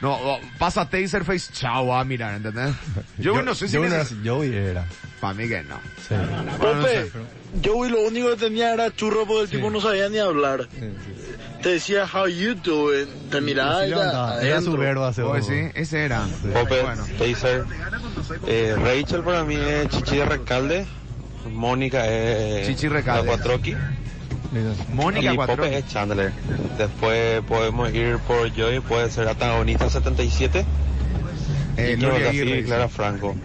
Speaker 1: No, o pasa Taserface, chao, va a mirar, ¿entendés? Yo, no sé si
Speaker 4: Joey no
Speaker 1: neces-
Speaker 4: era- Joey era.
Speaker 1: Para mí que no.
Speaker 4: Sí.
Speaker 1: Bueno, no sé.
Speaker 14: Pope, Joey lo único que tenía era churro porque el tipo no sabía ni hablar. Te decía, how you doing, te miraba
Speaker 1: Ah,
Speaker 4: Sí,
Speaker 14: y
Speaker 4: sí,
Speaker 14: ya
Speaker 4: levantaba. Era
Speaker 14: adentro.
Speaker 4: su verbo hace
Speaker 1: Pues sí, ese era.
Speaker 13: Pope,
Speaker 1: Bueno.
Speaker 13: Taser. Eh, Rachel para mí es Chichi de Recalde. Mónica es...
Speaker 1: Chichi Recalde.
Speaker 13: La eh, Cuatroqui.
Speaker 1: Mónica
Speaker 13: y Pope
Speaker 1: Cuatro.
Speaker 13: es Chandler. Después podemos ir por Joey, puede ser Atagonista 77.
Speaker 1: Eh, Nuria
Speaker 13: y creo que así
Speaker 1: Aguirre, sí.
Speaker 13: Clara Franco.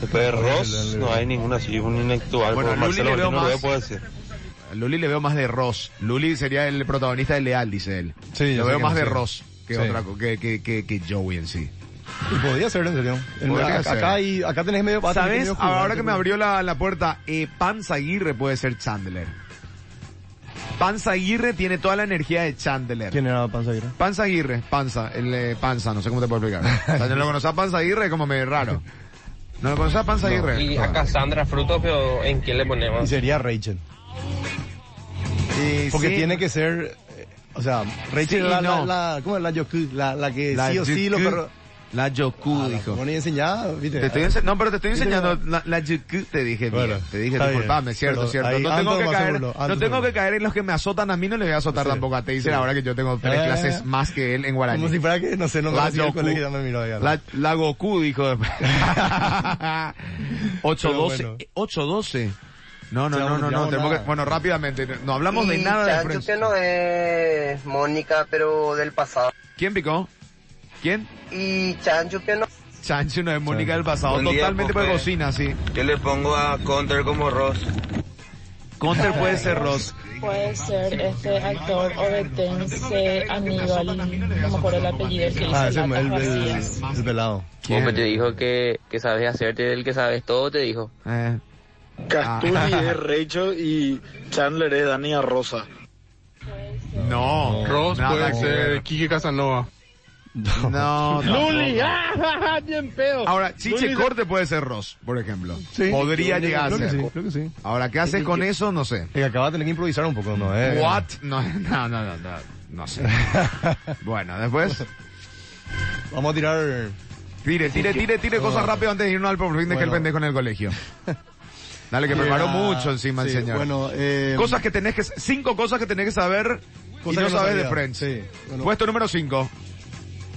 Speaker 13: Después de Ross, no hay ninguna así, un inactual.
Speaker 1: Bueno,
Speaker 13: pero
Speaker 1: Luli
Speaker 13: Marcelo
Speaker 1: le veo
Speaker 13: Martino
Speaker 1: más-
Speaker 13: Rubio puede ser.
Speaker 1: Luli le veo más de Ross. Luli sería el protagonista de Leal, dice él.
Speaker 4: Sí, yo
Speaker 1: Lo
Speaker 4: sé
Speaker 1: veo
Speaker 4: que
Speaker 1: más
Speaker 4: no
Speaker 1: de
Speaker 4: sé.
Speaker 1: Ross que
Speaker 4: Sí.
Speaker 1: otra, co- que, que, que, que Joey en sí.
Speaker 4: Y podía ser, en serio. En-
Speaker 1: Podría
Speaker 4: acá,
Speaker 1: ser.
Speaker 4: acá hay- acá tenés medio... vas a tener
Speaker 1: ¿Sabes?
Speaker 4: medio jugar,
Speaker 1: Ahora que
Speaker 4: tipo-
Speaker 1: me abrió la, la puerta, eh, Panza Aguirre puede ser Chandler. Panza Aguirre tiene toda la energía de Chandler.
Speaker 4: ¿Quién era Panza Aguirre?
Speaker 1: Panza Aguirre, Panza, el eh, Panza, no sé cómo te puedo explicar. O sea, yo no lo conocía a Panza Aguirre es como medio raro. ¿No lo conocía a Panza Aguirre?
Speaker 7: Y a Cassandra Frutos, pero ¿en quién le
Speaker 4: Y
Speaker 7: ponemos?
Speaker 4: sería Rachel. Porque
Speaker 7: sí.
Speaker 4: tiene que ser, eh, o sea, Rachel
Speaker 7: Sí,
Speaker 4: la,
Speaker 7: no.
Speaker 4: la, la, ¿cómo es? La Yoku, la, la que sí o sí
Speaker 1: Yuku-
Speaker 4: los perros...
Speaker 1: La Yoku, dijo.
Speaker 4: Bueno, y enseñada, viste.
Speaker 1: Ah, Te estoy ense- no, pero te estoy
Speaker 4: ¿Viste
Speaker 1: enseñando
Speaker 4: cómo?
Speaker 1: la, la yuku, te dije,
Speaker 4: Bueno,
Speaker 1: mira, te dije,
Speaker 4: está
Speaker 1: disculpame,
Speaker 4: bien.
Speaker 1: cierto,
Speaker 4: Pero
Speaker 1: cierto.
Speaker 4: ahí
Speaker 1: no tengo,
Speaker 4: Anto
Speaker 1: que
Speaker 4: más
Speaker 1: caer,
Speaker 4: seguro, Anto
Speaker 1: no tengo
Speaker 4: seguro.
Speaker 1: que caer en los que me azotan a mí, no le voy a azotar tampoco a te dicen
Speaker 4: sí.
Speaker 1: ahora que yo tengo tres
Speaker 4: Eh.
Speaker 1: clases más que él en guaraní.
Speaker 4: Como si fuera que, no sé, no
Speaker 1: la
Speaker 4: conocía el
Speaker 1: Yoku.
Speaker 4: colegio, ya me miró ya.
Speaker 1: La, la Goku dijo después. 812.
Speaker 4: bueno.
Speaker 1: eh, 812. No, no,
Speaker 4: Ya
Speaker 1: no,
Speaker 4: no
Speaker 1: no, no,
Speaker 4: llamo
Speaker 1: tenemos
Speaker 4: nada.
Speaker 1: que- bueno, rápidamente, no hablamos de
Speaker 15: Y
Speaker 1: nada de
Speaker 15: chancho
Speaker 1: Friends.
Speaker 15: que no es Mónica, pero del pasado.
Speaker 1: ¿Quién picó? ¿Quién?
Speaker 15: Y Chancho que no.
Speaker 1: Chancho no es Mónica del pasado,
Speaker 16: Buen día,
Speaker 1: totalmente por
Speaker 16: Pope.
Speaker 1: cocina, sí.
Speaker 16: Yo le pongo a Counter como Ross.
Speaker 1: Counter puede ser Ross.
Speaker 17: Puede ser este actor obetense Aníbal, no me acuerdo el apellido. que hizo
Speaker 4: Ah, ese es
Speaker 17: Latas
Speaker 4: el, el,
Speaker 17: Vacías.
Speaker 4: el pelado.
Speaker 7: Pope te dijo que, que sabes hacerte el que sabes todo, te dijo.
Speaker 14: Casturi
Speaker 1: Ah.
Speaker 14: es Rachel y Chandler es Dania Rosa.
Speaker 1: No.
Speaker 18: Ross
Speaker 1: nada
Speaker 18: puede
Speaker 1: que
Speaker 18: ser
Speaker 1: ver.
Speaker 18: Quique Casanova.
Speaker 1: No,
Speaker 18: Luli,
Speaker 1: tampoco.
Speaker 14: bien pedo.
Speaker 1: Ahora, Chiche Corte puede ser Ross, por ejemplo. Podría
Speaker 4: Creo-
Speaker 1: llegar a
Speaker 4: creo
Speaker 1: ser.
Speaker 4: que sí, creo que sí.
Speaker 1: Ahora, ¿qué haces con eso? No sé.
Speaker 4: Es que acaba de tener que improvisar un poco, ¿no? Eh,
Speaker 1: What? No, no, no, no, no, no sé. bueno, después.
Speaker 4: Vamos a tirar.
Speaker 1: Tire, tire, tire, tire cosas
Speaker 4: Ah.
Speaker 1: rápido antes de irnos al por fin de que el
Speaker 4: Bueno.
Speaker 1: pendejo en el colegio. Dale, que
Speaker 4: Eh,
Speaker 1: preparó
Speaker 4: ah,
Speaker 1: mucho encima
Speaker 4: sí,
Speaker 1: el señor.
Speaker 4: bueno, eh,
Speaker 1: cosas que tenés que, cinco cosas que tenés que saber y
Speaker 4: Cosas
Speaker 1: no
Speaker 4: que no
Speaker 1: sabes de
Speaker 4: sabía,
Speaker 1: Friends.
Speaker 4: bueno.
Speaker 1: Puesto número cinco.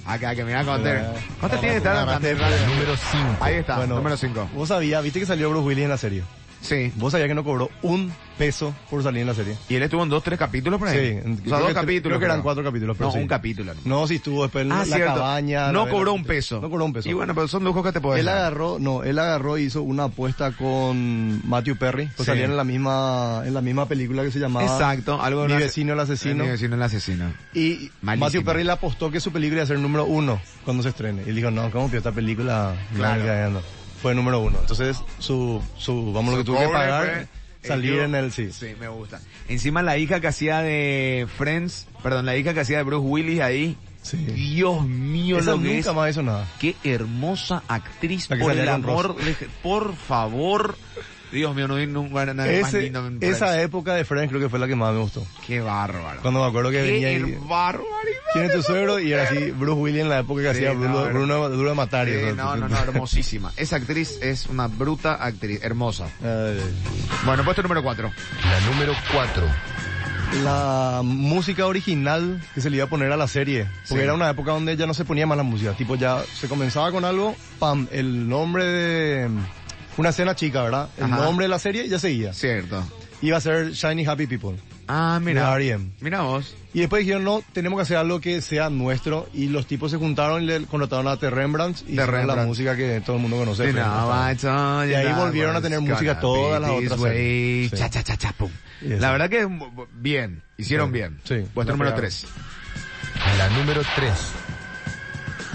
Speaker 1: Acá, que mirá, Conter.
Speaker 4: Eh,
Speaker 1: Conter tiene que estar
Speaker 4: agarraste
Speaker 1: andando.
Speaker 4: el número 5.
Speaker 1: Ahí está, número 5.
Speaker 4: Vos sabías, viste que salió Bruce Willis en la serie.
Speaker 1: Sí.
Speaker 4: Vos sabías que no cobró un peso por salir en la serie.
Speaker 1: Y él estuvo en dos, tres capítulos por ahí.
Speaker 4: Sí, en-
Speaker 1: o sea,
Speaker 4: creo
Speaker 1: dos
Speaker 4: que-
Speaker 1: capítulos.
Speaker 4: creo que eran cuatro capítulos, pero
Speaker 1: no,
Speaker 4: sí.
Speaker 1: un capítulo. no.
Speaker 4: No, si estuvo después en
Speaker 1: Ah,
Speaker 4: la
Speaker 1: cierto.
Speaker 4: cabaña. la
Speaker 1: No
Speaker 4: vela.
Speaker 1: cobró un peso.
Speaker 4: No cobró un peso.
Speaker 1: Y bueno, pero son lujos que te podés
Speaker 4: Él
Speaker 1: dar.
Speaker 4: agarró, no, él agarró y hizo una apuesta con Matthew Perry, pues
Speaker 1: Sí.
Speaker 4: salían en la misma, en la misma película que se llamaba
Speaker 1: Exacto, algo de
Speaker 4: Mi
Speaker 1: una-
Speaker 4: vecino el asesino.
Speaker 1: Mi vecino el asesino.
Speaker 4: Y
Speaker 1: Malísimo.
Speaker 4: Matthew Perry le apostó que su película iba a ser número uno cuando se estrene. Y dijo, no, ¿cómo que esta película? no
Speaker 1: Claro.
Speaker 4: me queda ganando". Fue número uno. Entonces, su, su, vamos, lo que
Speaker 1: Su
Speaker 4: tuvo que
Speaker 1: cobre
Speaker 4: pagar,
Speaker 1: fue-
Speaker 4: salir
Speaker 1: pues. Eh, yo-
Speaker 4: en el sí.
Speaker 1: Sí, me gusta. Encima la hija que hacía de Friends, perdón, la hija que hacía de Bruce Willis ahí. Dios mío,
Speaker 4: Esa
Speaker 1: lo que
Speaker 4: nunca
Speaker 1: es.
Speaker 4: más hizo nada.
Speaker 1: Qué hermosa actriz,
Speaker 4: La que
Speaker 1: por el
Speaker 4: salía con
Speaker 1: amor,
Speaker 4: Ross.
Speaker 1: de, por favor. Dios mío, no vi nunca nada más
Speaker 4: Ese-
Speaker 1: lindo en Friends.
Speaker 4: esa época de Friends creo que fue la que más me gustó.
Speaker 1: Qué bárbaro.
Speaker 4: Cuando me acuerdo que
Speaker 1: Qué
Speaker 4: venía y...
Speaker 1: barbaridad.
Speaker 4: ¿Quién es tu suegro? Y era así Bruce Willis en la época que hacía Bruno, Bruno, Duro de Matar.
Speaker 1: Sí, Eh, no, no, no, hermosísima. Esa actriz es una bruta actriz, hermosa. Bueno, puesto número 4.
Speaker 19: La número 4.
Speaker 4: La música original que se le iba a poner a la serie. Porque sí. era una época donde ya no se ponía más la música. Tipo, ya se comenzaba con algo, pam, el nombre de... Una escena chica, ¿verdad? El Ajá. nombre de la serie ya seguía.
Speaker 1: Cierto.
Speaker 4: Iba a ser Shiny Happy People.
Speaker 1: Ah, mira. Mira vos.
Speaker 4: Y después dijeron, no, tenemos que hacer algo que sea nuestro. Y los tipos se juntaron y le contrataron a The Rembrandt y hicieron Rembrandt. la música que todo el mundo conoce. pues,
Speaker 1: No,
Speaker 4: y ahí volvieron a tener música todas las otras.
Speaker 1: Sí. Cha, cha, cha, pum. Yes. La verdad que bien, hicieron sí. bien.
Speaker 4: Sí.
Speaker 1: Puesto número 3.
Speaker 19: La número 3.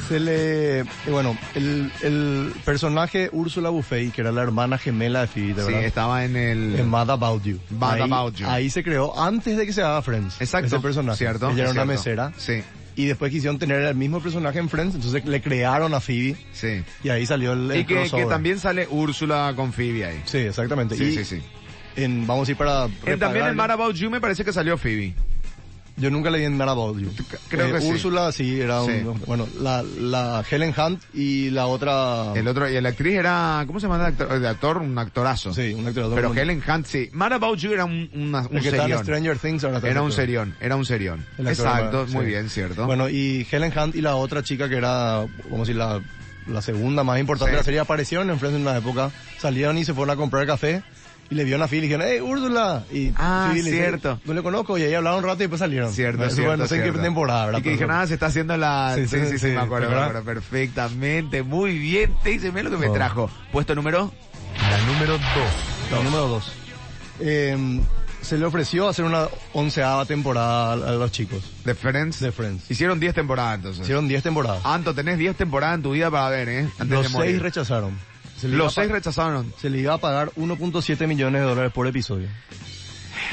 Speaker 4: Se le, bueno, el, el personaje Úrsula Buffet, que era la hermana gemela de Phoebe, ¿verdad?
Speaker 1: Sí, estaba en el...
Speaker 4: En Mad About You.
Speaker 1: Mad
Speaker 4: ahí,
Speaker 1: About You.
Speaker 4: Ahí se creó antes de que se haga Friends.
Speaker 1: Exacto.
Speaker 4: Ese personaje.
Speaker 1: Cierto.
Speaker 4: Ella
Speaker 1: cierto.
Speaker 4: era una mesera.
Speaker 1: Sí.
Speaker 4: Y después quisieron tener el mismo personaje en Friends, entonces le crearon a Phoebe.
Speaker 1: Sí.
Speaker 4: Y ahí salió el, el
Speaker 1: Y que, que, también sale Úrsula con Phoebe ahí.
Speaker 4: Sí, exactamente.
Speaker 1: Sí,
Speaker 4: y
Speaker 1: sí, sí.
Speaker 4: En, vamos a ir para...
Speaker 1: En, también en Mad About You me parece que salió Phoebe.
Speaker 4: Yo nunca leí en Mad About You.
Speaker 1: Creo eh, que
Speaker 4: Úrsula sí. sí. era un, sí. bueno, la, la Helen Hunt y la otra...
Speaker 1: El otro, y la actriz era, ¿cómo se llama el actor? El actor un actorazo.
Speaker 4: Sí, un actorazo.
Speaker 1: Pero Helen Hunt sí. Mad About You era un, una, un serión.
Speaker 4: Stranger Things ahora
Speaker 1: Era un serión, era un serión. Exacto, muy sí. bien, cierto.
Speaker 4: Bueno, y Helen Hunt y la otra chica que era, vamos a decir, la, la segunda más importante de la serie aparecieron en Friends en una época. Salieron y se fueron a comprar café y le vieron a Phil y dijeron, ¡Hey, Úrsula! Y
Speaker 1: ah,
Speaker 4: Phil
Speaker 1: cierto.
Speaker 4: Dice, no le conozco, y ahí hablaron un rato y después salieron.
Speaker 1: Cierto,
Speaker 4: bueno,
Speaker 1: cierto,
Speaker 4: No sé en qué
Speaker 1: cierto.
Speaker 4: temporada, ¿verdad?
Speaker 1: Y que dijeron, ah, se está haciendo la... Sí, sí, sí, sí, sí me acuerdo, ¿verdad? perfectamente. Muy bien, te dice, mira lo que me oh. trajo. Puesto "Ah, número...
Speaker 19: La número 2.
Speaker 4: La número 2. Eh, se le ofreció hacer una onceava temporada a los chicos.
Speaker 1: ¿De Friends?
Speaker 4: De Friends.
Speaker 1: Hicieron 10 temporadas entonces.
Speaker 4: Hicieron 10 temporadas.
Speaker 1: Anto, tenés 10 temporadas en tu vida para ver, ¿eh? Ah, Antes
Speaker 4: los
Speaker 1: de morir.
Speaker 4: seis rechazaron.
Speaker 1: Los seis rechazaron.
Speaker 4: Se le iba a pagar 1.7 millones de dólares por episodio.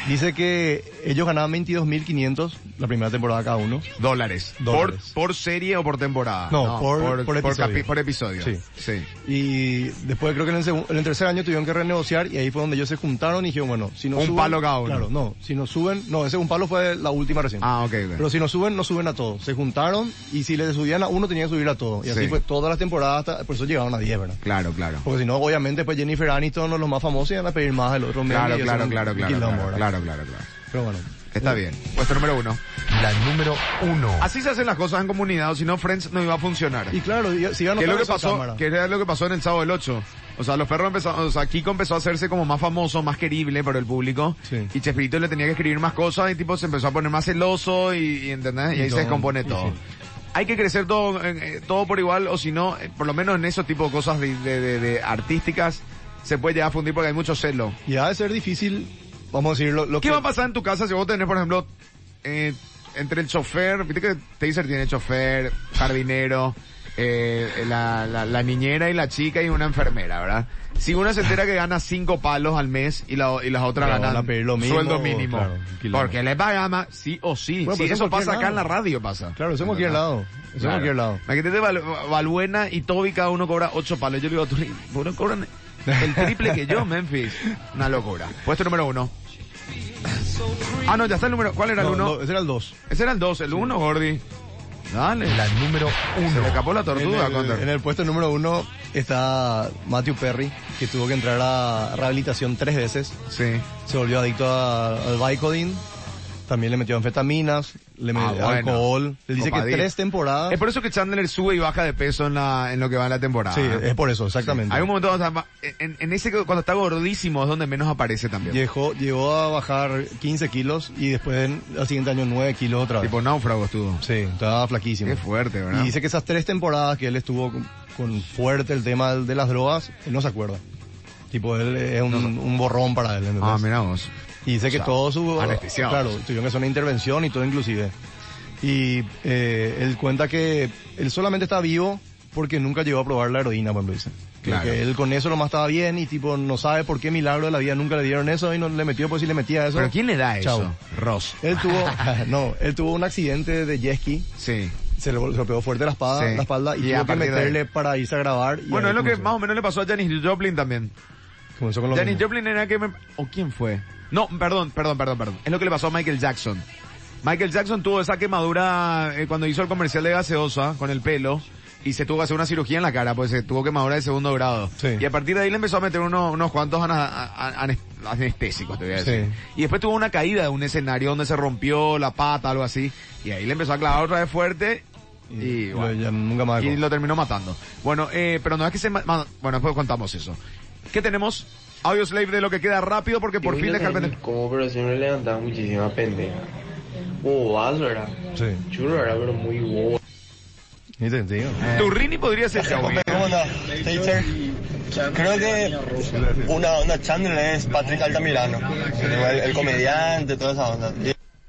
Speaker 4: Dice que ellos ganaban 22.500 la primera temporada cada uno.
Speaker 1: Dólares.
Speaker 4: Dólares.
Speaker 1: Por, por serie o por temporada.
Speaker 4: No, no por, por, por, episodio.
Speaker 1: Capi, por, episodio.
Speaker 4: Sí.
Speaker 1: sí.
Speaker 4: Y después creo que en el, en el, tercer año tuvieron que renegociar y ahí fue donde ellos se juntaron y dijeron, bueno, si no
Speaker 1: un
Speaker 4: suben...
Speaker 1: Un palo cada uno.
Speaker 4: Claro, no. Si no suben... No, ese un palo fue la última recién.
Speaker 1: Ah, ok. Bien.
Speaker 4: Pero si no suben, no suben a todos. Se juntaron y si les subían a uno tenía que subir a todos. Y así sí. fue todas las temporadas hasta... Por eso llegaron a 10, ¿verdad?
Speaker 1: Claro, claro.
Speaker 4: Porque si no, obviamente, pues Jennifer Aniston, los más famosos, iban a pedir más al otro.
Speaker 1: Claro, medio, claro, claro, claro, quilombo, claro, claro, claro, claro.
Speaker 4: Pero bueno.
Speaker 1: Está bien. Puesto número uno.
Speaker 19: La número uno.
Speaker 1: Así se hacen las cosas en comunidad, o si no, Friends no iba a funcionar.
Speaker 4: Y claro, si
Speaker 1: ¿Qué es lo que pasó? ¿Qué es lo que pasó en el sábado del 8? O sea, los perros empezaron, o sea, Kiko empezó a hacerse como más famoso, más querible para el público.
Speaker 4: Sí.
Speaker 1: Y Chespirito le tenía que escribir más cosas y tipo se empezó a poner más celoso y, y ¿entendés? Y, y ahí todo, se descompone todo. Sí. Hay que crecer todo, eh, todo por igual, o si no, eh, por lo menos en esos tipo de cosas de, de, de, de artísticas, se puede llegar a fundir porque hay mucho celo.
Speaker 4: Y ha de ser difícil vamos a decir lo, lo
Speaker 1: ¿Qué
Speaker 4: que...
Speaker 1: va a pasar en tu casa si vos tenés, por ejemplo, eh, entre el chofer, viste que Taser tiene chofer, jardinero, eh, la, la, la, niñera y la chica y una enfermera, ¿verdad? Si una se entera que gana cinco palos al mes y, la, y las otras
Speaker 4: claro,
Speaker 1: ganan
Speaker 4: la lo mismo,
Speaker 1: sueldo mínimo,
Speaker 4: claro,
Speaker 1: porque le paga más, sí o sí. Bueno, sí eso, eso pasa lado. acá en la radio, pasa.
Speaker 4: Claro, eso en cualquier lado. Eso claro. en cualquier lado.
Speaker 1: Imagínate Val, Valbuena y Toby, cada uno cobra ocho palos. Yo le digo a Tony, uno cobran el triple que yo, Memphis. Una locura. Puesto número uno. Ah, no, ya está el número. ¿Cuál era el
Speaker 4: no,
Speaker 1: uno?
Speaker 4: No, ese era el dos.
Speaker 1: Ese era el dos, el uno, Gordy. Dale.
Speaker 19: La número uno.
Speaker 1: Se le escapó la tortuga,
Speaker 4: en el, en el puesto número uno está Matthew Perry, que tuvo que entrar a rehabilitación tres veces.
Speaker 1: Sí.
Speaker 4: Se volvió adicto a, al Vicodin. También le metió anfetaminas, le metió ah, alcohol. Bueno. Le dice Copadilla. que tres temporadas.
Speaker 1: Es por eso que Chandler sube y baja de peso en, la, en lo que va en la temporada.
Speaker 4: Sí, es por eso, exactamente.
Speaker 1: Ah, Sí. Hay un momento o sea, en, en, ese cuando está gordísimo es donde menos aparece también.
Speaker 4: Llegó, llegó a bajar 15 kilos y después al siguiente año 9 kilos otra vez.
Speaker 1: Tipo náufrago estuvo.
Speaker 4: Sí, estaba flaquísimo.
Speaker 1: Qué fuerte, ¿verdad?
Speaker 4: Y dice que esas tres temporadas que él estuvo con, con fuerte el tema de las drogas, él no se acuerda. Tipo, él es un, no, no. un borrón para él. ¿entendés?
Speaker 1: Ah, mira vos.
Speaker 4: Y dice o sea, que todo su...
Speaker 1: Anestesiado.
Speaker 4: Claro, tuvieron que hacer una intervención y todo inclusive. Y eh, él cuenta que él solamente está vivo porque nunca llegó a probar la heroína, por ejemplo, dice.
Speaker 1: Claro.
Speaker 4: Que él con eso nomás estaba bien y tipo no sabe por qué milagro de la vida nunca le dieron eso y no le metió pues si le metía eso.
Speaker 1: ¿Pero quién le da Chau. eso? Ross.
Speaker 4: Él tuvo, no, él tuvo un accidente de jet ski.
Speaker 1: Sí
Speaker 4: se le, se le pegó fuerte la espada, sí. la espalda y, y tuvo que meterle para irse a grabar. Y
Speaker 1: bueno, es lo comenzó. que más o menos le pasó a Janis Joplin también.
Speaker 4: Comenzó con lo
Speaker 1: Janis Joplin era que me... ¿O quién fue? No, perdón, perdón, perdón, perdón. Es lo que le pasó a Michael Jackson. Michael Jackson tuvo esa quemadura eh, cuando hizo el comercial de gaseosa con el pelo y se tuvo que hacer una cirugía en la cara, pues se tuvo quemadura de segundo grado. Sí. Y a partir de ahí le empezó a meter uno, unos cuantos anestésicos, te voy a decir. Sí. Y después tuvo una caída de un escenario donde se rompió la pata, algo así. Y ahí le empezó a clavar otra vez fuerte y, y, bueno,
Speaker 4: ya nunca más
Speaker 1: y lo terminó matando. Bueno, eh, pero no es que se... Bueno, después contamos eso. ¿Qué tenemos? Audio Slave de lo que queda rápido porque por fin dejar
Speaker 20: pendeja. Como, pero siempre levantaba muchísima pendeja. Bobazo era. Sí. Chulo era, pero muy bobo.
Speaker 4: Ni te digo.
Speaker 1: Turrini Eh. podría
Speaker 21: Eh,
Speaker 1: ser chavo.
Speaker 22: Teacher. Creo que una, una Chandler es Patrick Altamirano, el, el comediante, toda esa onda.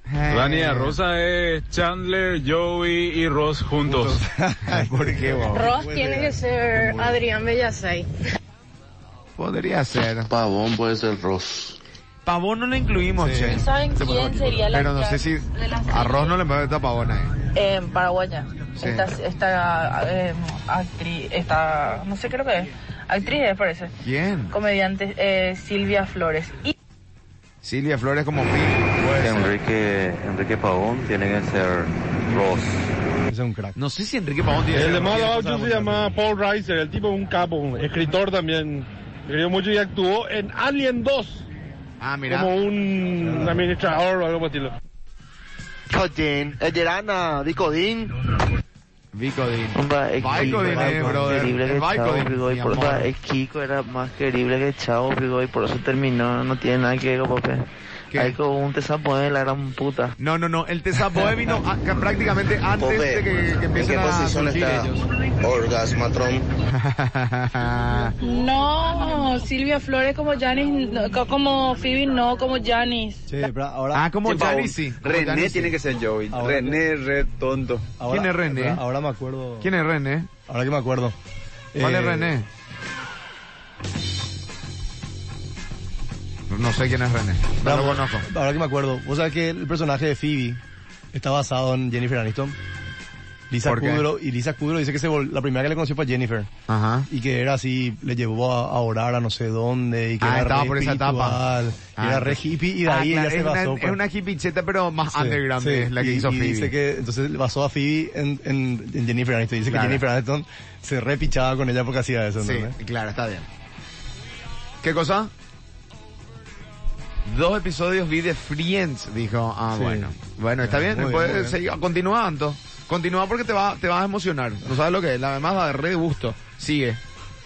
Speaker 23: Dania Rosa es Chandler, Joey y Ross juntos.
Speaker 1: ¿Por qué, bobo?
Speaker 24: Ross tiene que ser Adrián Bellasay.
Speaker 1: Podría ser.
Speaker 6: Pavón puede ser Ross.
Speaker 1: Pavón no le incluimos, sí. che.
Speaker 5: ¿Saben quién sería la
Speaker 1: Pero no sé si arroz no le puede a Pavón ahí.
Speaker 5: Eh, paraguaya. Sí. Esta, esta eh, actriz, esta, no sé creo que es. Actriz, me parece.
Speaker 1: ¿Quién?
Speaker 5: Comediante eh, Silvia Flores. Y...
Speaker 1: Silvia Flores como
Speaker 6: Enrique, Enrique Pavón tiene que ser Ross.
Speaker 4: Es un crack.
Speaker 1: No sé si Enrique Pavón tiene que
Speaker 21: ser El de Mala se llama Paul Reiser, el tipo es un capo, un escritor también creyó mucho y actuó en Alien 2.
Speaker 1: Ah, mira.
Speaker 21: Como un administrador o algo por estilo.
Speaker 15: Codin, Ellerana, Vicodin.
Speaker 1: Vicodin.
Speaker 6: Vicodin
Speaker 1: es, brother.
Speaker 6: Vicodin. El eh, Kiko era más querible que Chavo Frigoy, por eso terminó, no tiene nada que ver con papel. Hay como un tesapoe la gran puta.
Speaker 1: No, no, no. El tesapoe vino a, que prácticamente antes
Speaker 6: Pope,
Speaker 1: de que, que empiecen
Speaker 6: ¿En qué posición
Speaker 1: a surgir
Speaker 6: está
Speaker 1: ellos.
Speaker 6: Orgasmatron?
Speaker 5: No, Silvia Flores como Janis, no, como Phoebe no, como Janis.
Speaker 4: Sí, pero ahora...
Speaker 1: Ah, como Janis sí. como
Speaker 6: René
Speaker 1: Janis, sí.
Speaker 6: tiene que ser Joey.
Speaker 4: Ahora-
Speaker 6: René, re tonto.
Speaker 4: ahora-
Speaker 1: ¿Quién es René?
Speaker 4: Ahora me acuerdo.
Speaker 1: ¿Quién es René?
Speaker 4: Ahora que me acuerdo.
Speaker 1: ¿Cuál
Speaker 4: Eh,
Speaker 1: es René? No sé quién es René. No lo
Speaker 4: Ahora-
Speaker 1: conozco.
Speaker 4: Ahora que me acuerdo, vos sabés que el personaje de Phoebe está basado en Jennifer Aniston. Lisa
Speaker 1: ¿Por qué?
Speaker 4: Kudrow, y Lisa Kudrow dice que se vol- la primera que le conoció fue Jennifer.
Speaker 1: Ajá.
Speaker 4: Y que era así, le llevó a, a orar a no sé dónde, y que
Speaker 1: Ah,
Speaker 4: era
Speaker 1: estaba
Speaker 4: re
Speaker 1: por esa etapa.
Speaker 4: espiritual, y
Speaker 1: Ah,
Speaker 4: era re
Speaker 1: entonces-
Speaker 4: hippie, y de
Speaker 1: Ah,
Speaker 4: ahí
Speaker 1: claro,
Speaker 4: ella se
Speaker 1: es
Speaker 4: basó.
Speaker 6: pues.
Speaker 1: Una, es una hipicheta, pero más
Speaker 4: Sí,
Speaker 1: underground
Speaker 4: sí.
Speaker 1: es la que
Speaker 4: Y-
Speaker 1: hizo
Speaker 4: y
Speaker 1: Phoebe.
Speaker 4: dice que, entonces basó a Phoebe en, en, en Jennifer Aniston. Dice
Speaker 1: Claro.
Speaker 4: que Jennifer Aniston se repichaba con ella porque hacía eso,
Speaker 1: Sí,
Speaker 4: ¿entendés?
Speaker 1: claro, está bien. ¿Qué cosa? Dos episodios vi de Friends, dijo. Ah,
Speaker 4: Sí.
Speaker 1: bueno. Bueno, está bien.
Speaker 4: muy bien,
Speaker 1: puedes
Speaker 4: muy bien.
Speaker 1: seguir- continúa, Anto. Continúa porque te, va, te vas a emocionar. No sabes lo que es. La demás va de re de gusto. Sigue.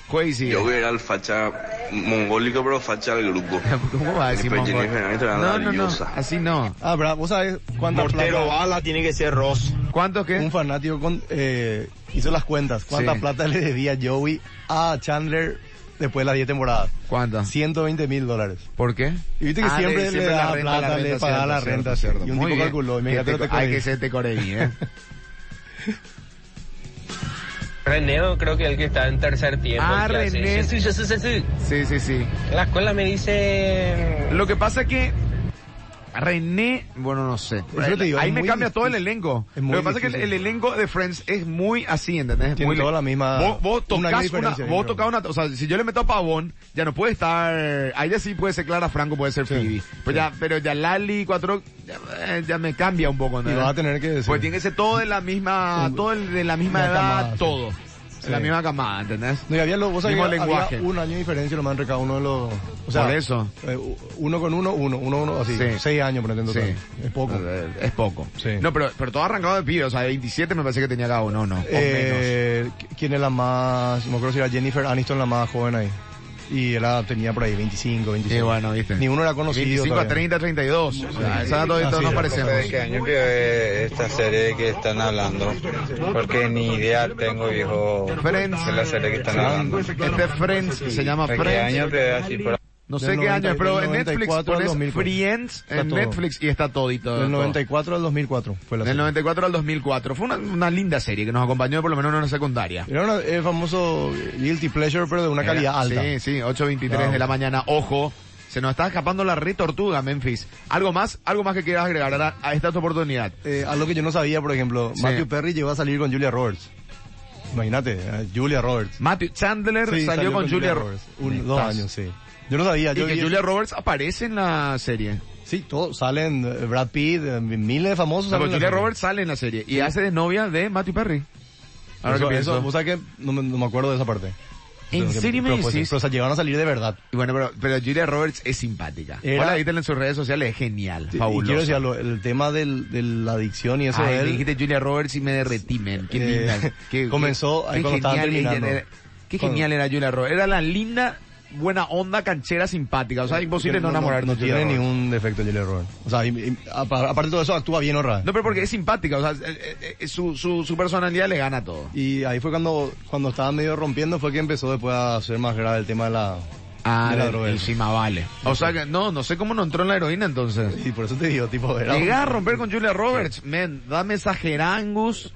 Speaker 1: Juega y sigue.
Speaker 6: Yo era el facha mongólico, pero facha del grupo.
Speaker 1: ¿Cómo va a decir
Speaker 6: Pero
Speaker 1: mongol?
Speaker 6: Jennifer Aniston era
Speaker 1: No, no, no.
Speaker 6: diosa.
Speaker 1: Así no.
Speaker 4: Ah, pero vos sabés cuántas
Speaker 6: Mortero
Speaker 4: plata-
Speaker 6: bala tiene que ser Ross.
Speaker 1: ¿Cuántos qué?
Speaker 4: un fanático con, eh, hizo las cuentas. ¿Cuánta
Speaker 1: Sí.
Speaker 4: plata le debía Joey a Chandler después de las 10 temporadas?
Speaker 1: ¿Cuántas?
Speaker 4: 120 mil dólares.
Speaker 1: ¿Por qué?
Speaker 4: Y viste que
Speaker 1: Ah,
Speaker 4: siempre,
Speaker 1: de-
Speaker 4: le
Speaker 1: la
Speaker 4: daba
Speaker 1: renta,
Speaker 4: plata,
Speaker 1: la
Speaker 4: le
Speaker 1: renta,
Speaker 4: pagaba
Speaker 1: cierto,
Speaker 4: la
Speaker 1: cierto,
Speaker 4: renta. sí.
Speaker 1: cierto.
Speaker 4: Y un
Speaker 1: Muy
Speaker 4: tipo
Speaker 1: bien.
Speaker 4: calculó, y me
Speaker 1: Que
Speaker 4: encantó
Speaker 1: te-
Speaker 4: este
Speaker 1: Hay
Speaker 4: colegio.
Speaker 1: que ser tecoreí, ¿eh?
Speaker 11: René, creo que el que está en tercer tiempo.
Speaker 1: Ah,
Speaker 11: el que hace,
Speaker 1: René.
Speaker 11: "Sí, sí, sí, sí, sí".
Speaker 1: Sí, sí, sí.
Speaker 11: En la escuela me dice...
Speaker 1: Lo que pasa es que René, bueno, no sé.
Speaker 4: lo que te digo,
Speaker 1: Ahí
Speaker 4: es
Speaker 1: me
Speaker 4: muy
Speaker 1: cambia
Speaker 4: difícil.
Speaker 1: todo el elenco.
Speaker 4: Es muy
Speaker 1: Lo que pasa es que el,
Speaker 4: difícil.
Speaker 1: el elenco de Friends es muy así, ¿entendés?
Speaker 4: Tiene
Speaker 1: muy
Speaker 4: toda la misma-
Speaker 1: Vos, vos tocás
Speaker 4: una gran
Speaker 1: una,
Speaker 4: diferencia,
Speaker 1: vos
Speaker 4: yo
Speaker 1: tocás una, o sea, si yo le meto a Pavón, ya no puede estar, ahí ya sí puede ser Clara Franco, puede ser Phoebe. Pero ya, pero ya Lali, cuatro, ya, eh, ya me cambia un poco,
Speaker 4: Y
Speaker 1: ¿entendés?
Speaker 4: vas a tener que decir.
Speaker 1: Pues tiene que ser todo de la misma,
Speaker 4: Un-
Speaker 1: todo el- de la misma
Speaker 4: una
Speaker 1: edad,
Speaker 4: camada, sí.
Speaker 1: todo. De
Speaker 4: Sí.
Speaker 1: La misma camada, ¿entendés?
Speaker 4: No, y había, lo- vos sabés
Speaker 1: Mismo
Speaker 4: que había
Speaker 1: lenguaje.
Speaker 4: un año de diferencia nomás entre cada uno de los... O sea,
Speaker 1: Por eso.
Speaker 4: eh, u- uno con uno, uno, uno, uno, así.
Speaker 1: Sí.
Speaker 4: Seis años, por ejemplo.
Speaker 1: Sí.
Speaker 4: Es poco.
Speaker 1: Eh, Es poco.
Speaker 4: Sí.
Speaker 1: No, pero, pero todo arrancado de pibe, o sea, 27 me parece que tenía cada uno, o no. O
Speaker 4: Eh, ¿Quién es la más? No me acuerdo si era Jennifer Aniston la más joven ahí. Y era, tenía por ahí 25, 26.
Speaker 1: menos. Y bueno, viste.
Speaker 4: Ni uno era conocido
Speaker 1: 25 a
Speaker 4: todavía.
Speaker 1: 30, 32. O sea, esa edad
Speaker 4: Así
Speaker 1: todavía nos
Speaker 4: es.
Speaker 1: parecemos.
Speaker 16: ¿De qué año que ve esta serie que están hablando? Porque ni idea tengo, viejo,
Speaker 1: Friends.
Speaker 16: de la serie que están hablando.
Speaker 1: Este Friends se llama
Speaker 16: ¿De qué
Speaker 1: Friends.
Speaker 16: año te ve así por
Speaker 1: No sé
Speaker 4: Del
Speaker 1: qué año,
Speaker 4: 90,
Speaker 1: pero en
Speaker 4: del
Speaker 1: Netflix
Speaker 4: 94 al
Speaker 1: pones
Speaker 4: 2004.
Speaker 1: Friends
Speaker 4: Está
Speaker 1: en
Speaker 4: todo.
Speaker 1: Netflix y está todito.
Speaker 4: Del
Speaker 1: todo.
Speaker 4: 94 al 2004 fue la
Speaker 1: Del
Speaker 4: serie.
Speaker 1: 94 al 2004. Fue una, una linda serie que nos acompañó por lo menos en una secundaria.
Speaker 4: Era una- el famoso guilty pleasure, pero de una
Speaker 1: Era-
Speaker 4: calidad alta.
Speaker 1: Sí, sí, 8.23
Speaker 4: Claro.
Speaker 1: de la mañana. Ojo, se nos está escapando la re tortuga, Memphis. ¿Algo más? ¿Algo más que quieras agregar a, a esta oportunidad?
Speaker 4: Eh, algo que yo no sabía, por ejemplo,
Speaker 1: Sí.
Speaker 4: Matthew Perry llegó a salir con Julia Roberts. Imagínate, eh, Julia Roberts.
Speaker 1: Matthew Chandler
Speaker 4: Sí,
Speaker 1: salió, con, Julia Roberts.
Speaker 4: Un, dos
Speaker 1: Estás-
Speaker 4: años, sí. Yo no sabía.
Speaker 1: Y
Speaker 4: yo
Speaker 1: que
Speaker 4: vi-
Speaker 1: Julia Roberts aparece en la serie.
Speaker 4: Sí, Sí, todos salen, eh, Brad Pitt, eh, miles de famosos.
Speaker 1: No, pero
Speaker 4: salen en la
Speaker 1: Julia
Speaker 4: serie.
Speaker 1: Roberts sale en la serie y hace de novia de Matthew Perry. Ahora
Speaker 4: eso,
Speaker 1: que
Speaker 4: eso,
Speaker 1: pienso.
Speaker 4: vos sabés que no me, no me acuerdo de esa parte.
Speaker 1: ¿En
Speaker 4: Pero que-
Speaker 1: serio me
Speaker 4: pero, pues,
Speaker 1: decís?
Speaker 4: pero, o sea, llegaron a salir de verdad.
Speaker 1: Y bueno, pero, pero Julia Roberts es simpática.
Speaker 4: Era-
Speaker 1: Hola, díganle en sus redes sociales, es genial,
Speaker 4: Y- y
Speaker 1: fabuloso.
Speaker 4: quiero decir algo, el tema del- de la adicción y eso
Speaker 1: Ay,
Speaker 4: de
Speaker 1: me
Speaker 4: él,
Speaker 1: dijiste Julia Roberts y me derretí, men. Qué
Speaker 4: Eh,
Speaker 1: linda. Qué-
Speaker 4: comenzó ahí
Speaker 1: qué
Speaker 4: cuando estaban
Speaker 1: genial ella
Speaker 4: terminando.
Speaker 1: era. qué
Speaker 4: Cuando-
Speaker 1: genial era Julia Roberts. Era la linda, buena onda, canchera, simpática. O sea, imposible no, enamorarte.
Speaker 4: Eh, No,
Speaker 1: de Julia
Speaker 4: tiene
Speaker 1: Roberts.
Speaker 4: ni un defecto Julia Roberts. O sea, y- y apa- aparte de todo eso, actúa bien honrada.
Speaker 1: No, pero porque es simpática. O sea, eh, eh, eh, su, su, su personalidad le gana todo.
Speaker 4: Y ahí fue cuando, cuando estaba medio rompiendo, fue que empezó después a ser más grave el tema de la,
Speaker 1: Ah,
Speaker 4: de la
Speaker 1: del-
Speaker 4: droga.
Speaker 1: del Cimavale. O sea que, no, no sé cómo no entró en la heroína entonces.
Speaker 4: Y por eso te digo, tipo, era...
Speaker 1: Llegar a romper con Julia Roberts, men, dame esa gerangus.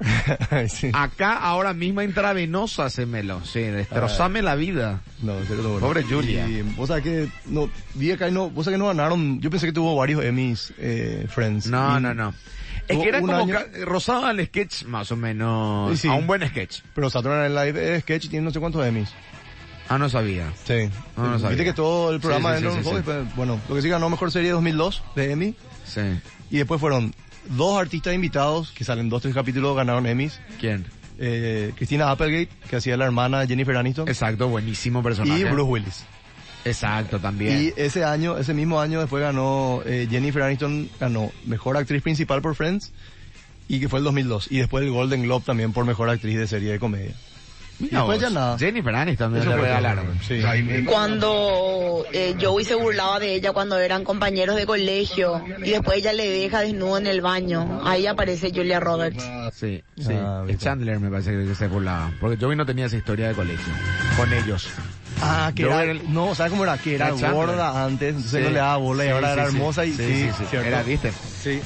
Speaker 1: Acá, ahora misma, intravenosa, hacémelo. Sí, destrozame la vida.
Speaker 4: No, en serio, no,
Speaker 1: Pobre Julia.
Speaker 4: Y, vos sabés que no, vi acá y no, vos sabés que no ganaron, yo pensé que tuvo varios Emmys, eh, Friends.
Speaker 1: No,
Speaker 4: Y
Speaker 1: no, no. Es
Speaker 4: tuvo
Speaker 1: que era
Speaker 4: un
Speaker 1: como
Speaker 4: año-
Speaker 1: ca- rozaba el sketch, más o menos.
Speaker 4: Sí.
Speaker 1: A un buen sketch.
Speaker 4: Pero Saturday Night Live eh, Sketch tiene no sé cuántos Emmys.
Speaker 1: Ah, no sabía.
Speaker 4: Sí.
Speaker 1: No, no sabía.
Speaker 4: Viste que todo el programa
Speaker 1: Sí, sí,
Speaker 4: era
Speaker 1: sí,
Speaker 4: un
Speaker 1: sí,
Speaker 4: hobby,
Speaker 1: sí.
Speaker 4: pero, pues, bueno, lo que sí ganó Mejor Serie 2002 de Emmy.
Speaker 1: Sí.
Speaker 4: Y después fueron dos artistas invitados que salen dos, tres capítulos, ganaron Emmys.
Speaker 1: ¿Quién?
Speaker 4: Eh, Cristina Applegate, que hacía la hermana de Jennifer Aniston.
Speaker 1: Exacto, buenísimo personaje.
Speaker 4: Y Bruce Willis.
Speaker 1: Exacto, también.
Speaker 4: Y ese año, ese mismo año después ganó eh, Jennifer Aniston, ganó Mejor Actriz Principal por Friends, y que fue el 2002. Y después el Golden Globe también por Mejor Actriz de Serie de Comedia. Y
Speaker 1: Mira
Speaker 4: después
Speaker 1: vos,
Speaker 4: ya nada.
Speaker 1: Jennifer Aniston me
Speaker 4: Eso
Speaker 1: la
Speaker 4: fue.
Speaker 1: regalaron.
Speaker 4: Sí.
Speaker 5: Cuando eh, Joey se burlaba de ella cuando eran compañeros de colegio y después ella le deja desnudo en el baño, ahí aparece Julia Roberts.
Speaker 1: Ah, Sí,
Speaker 4: Ah,
Speaker 1: sí. Es Chandler me parece que se burlaba. Porque Joey no tenía esa historia de colegio. Con ellos.
Speaker 4: Ah, que
Speaker 1: Yo
Speaker 4: era,
Speaker 1: era
Speaker 4: no, ¿sabes cómo era? Que era
Speaker 1: Era Chandler.
Speaker 4: gorda antes, entonces
Speaker 1: Sí.
Speaker 4: no le daba bola y
Speaker 1: Sí,
Speaker 4: ahora
Speaker 1: sí,
Speaker 4: era
Speaker 1: sí.
Speaker 4: hermosa y
Speaker 1: Sí, sí, sí.
Speaker 4: cierto.
Speaker 1: Era, ¿viste?
Speaker 4: Sí.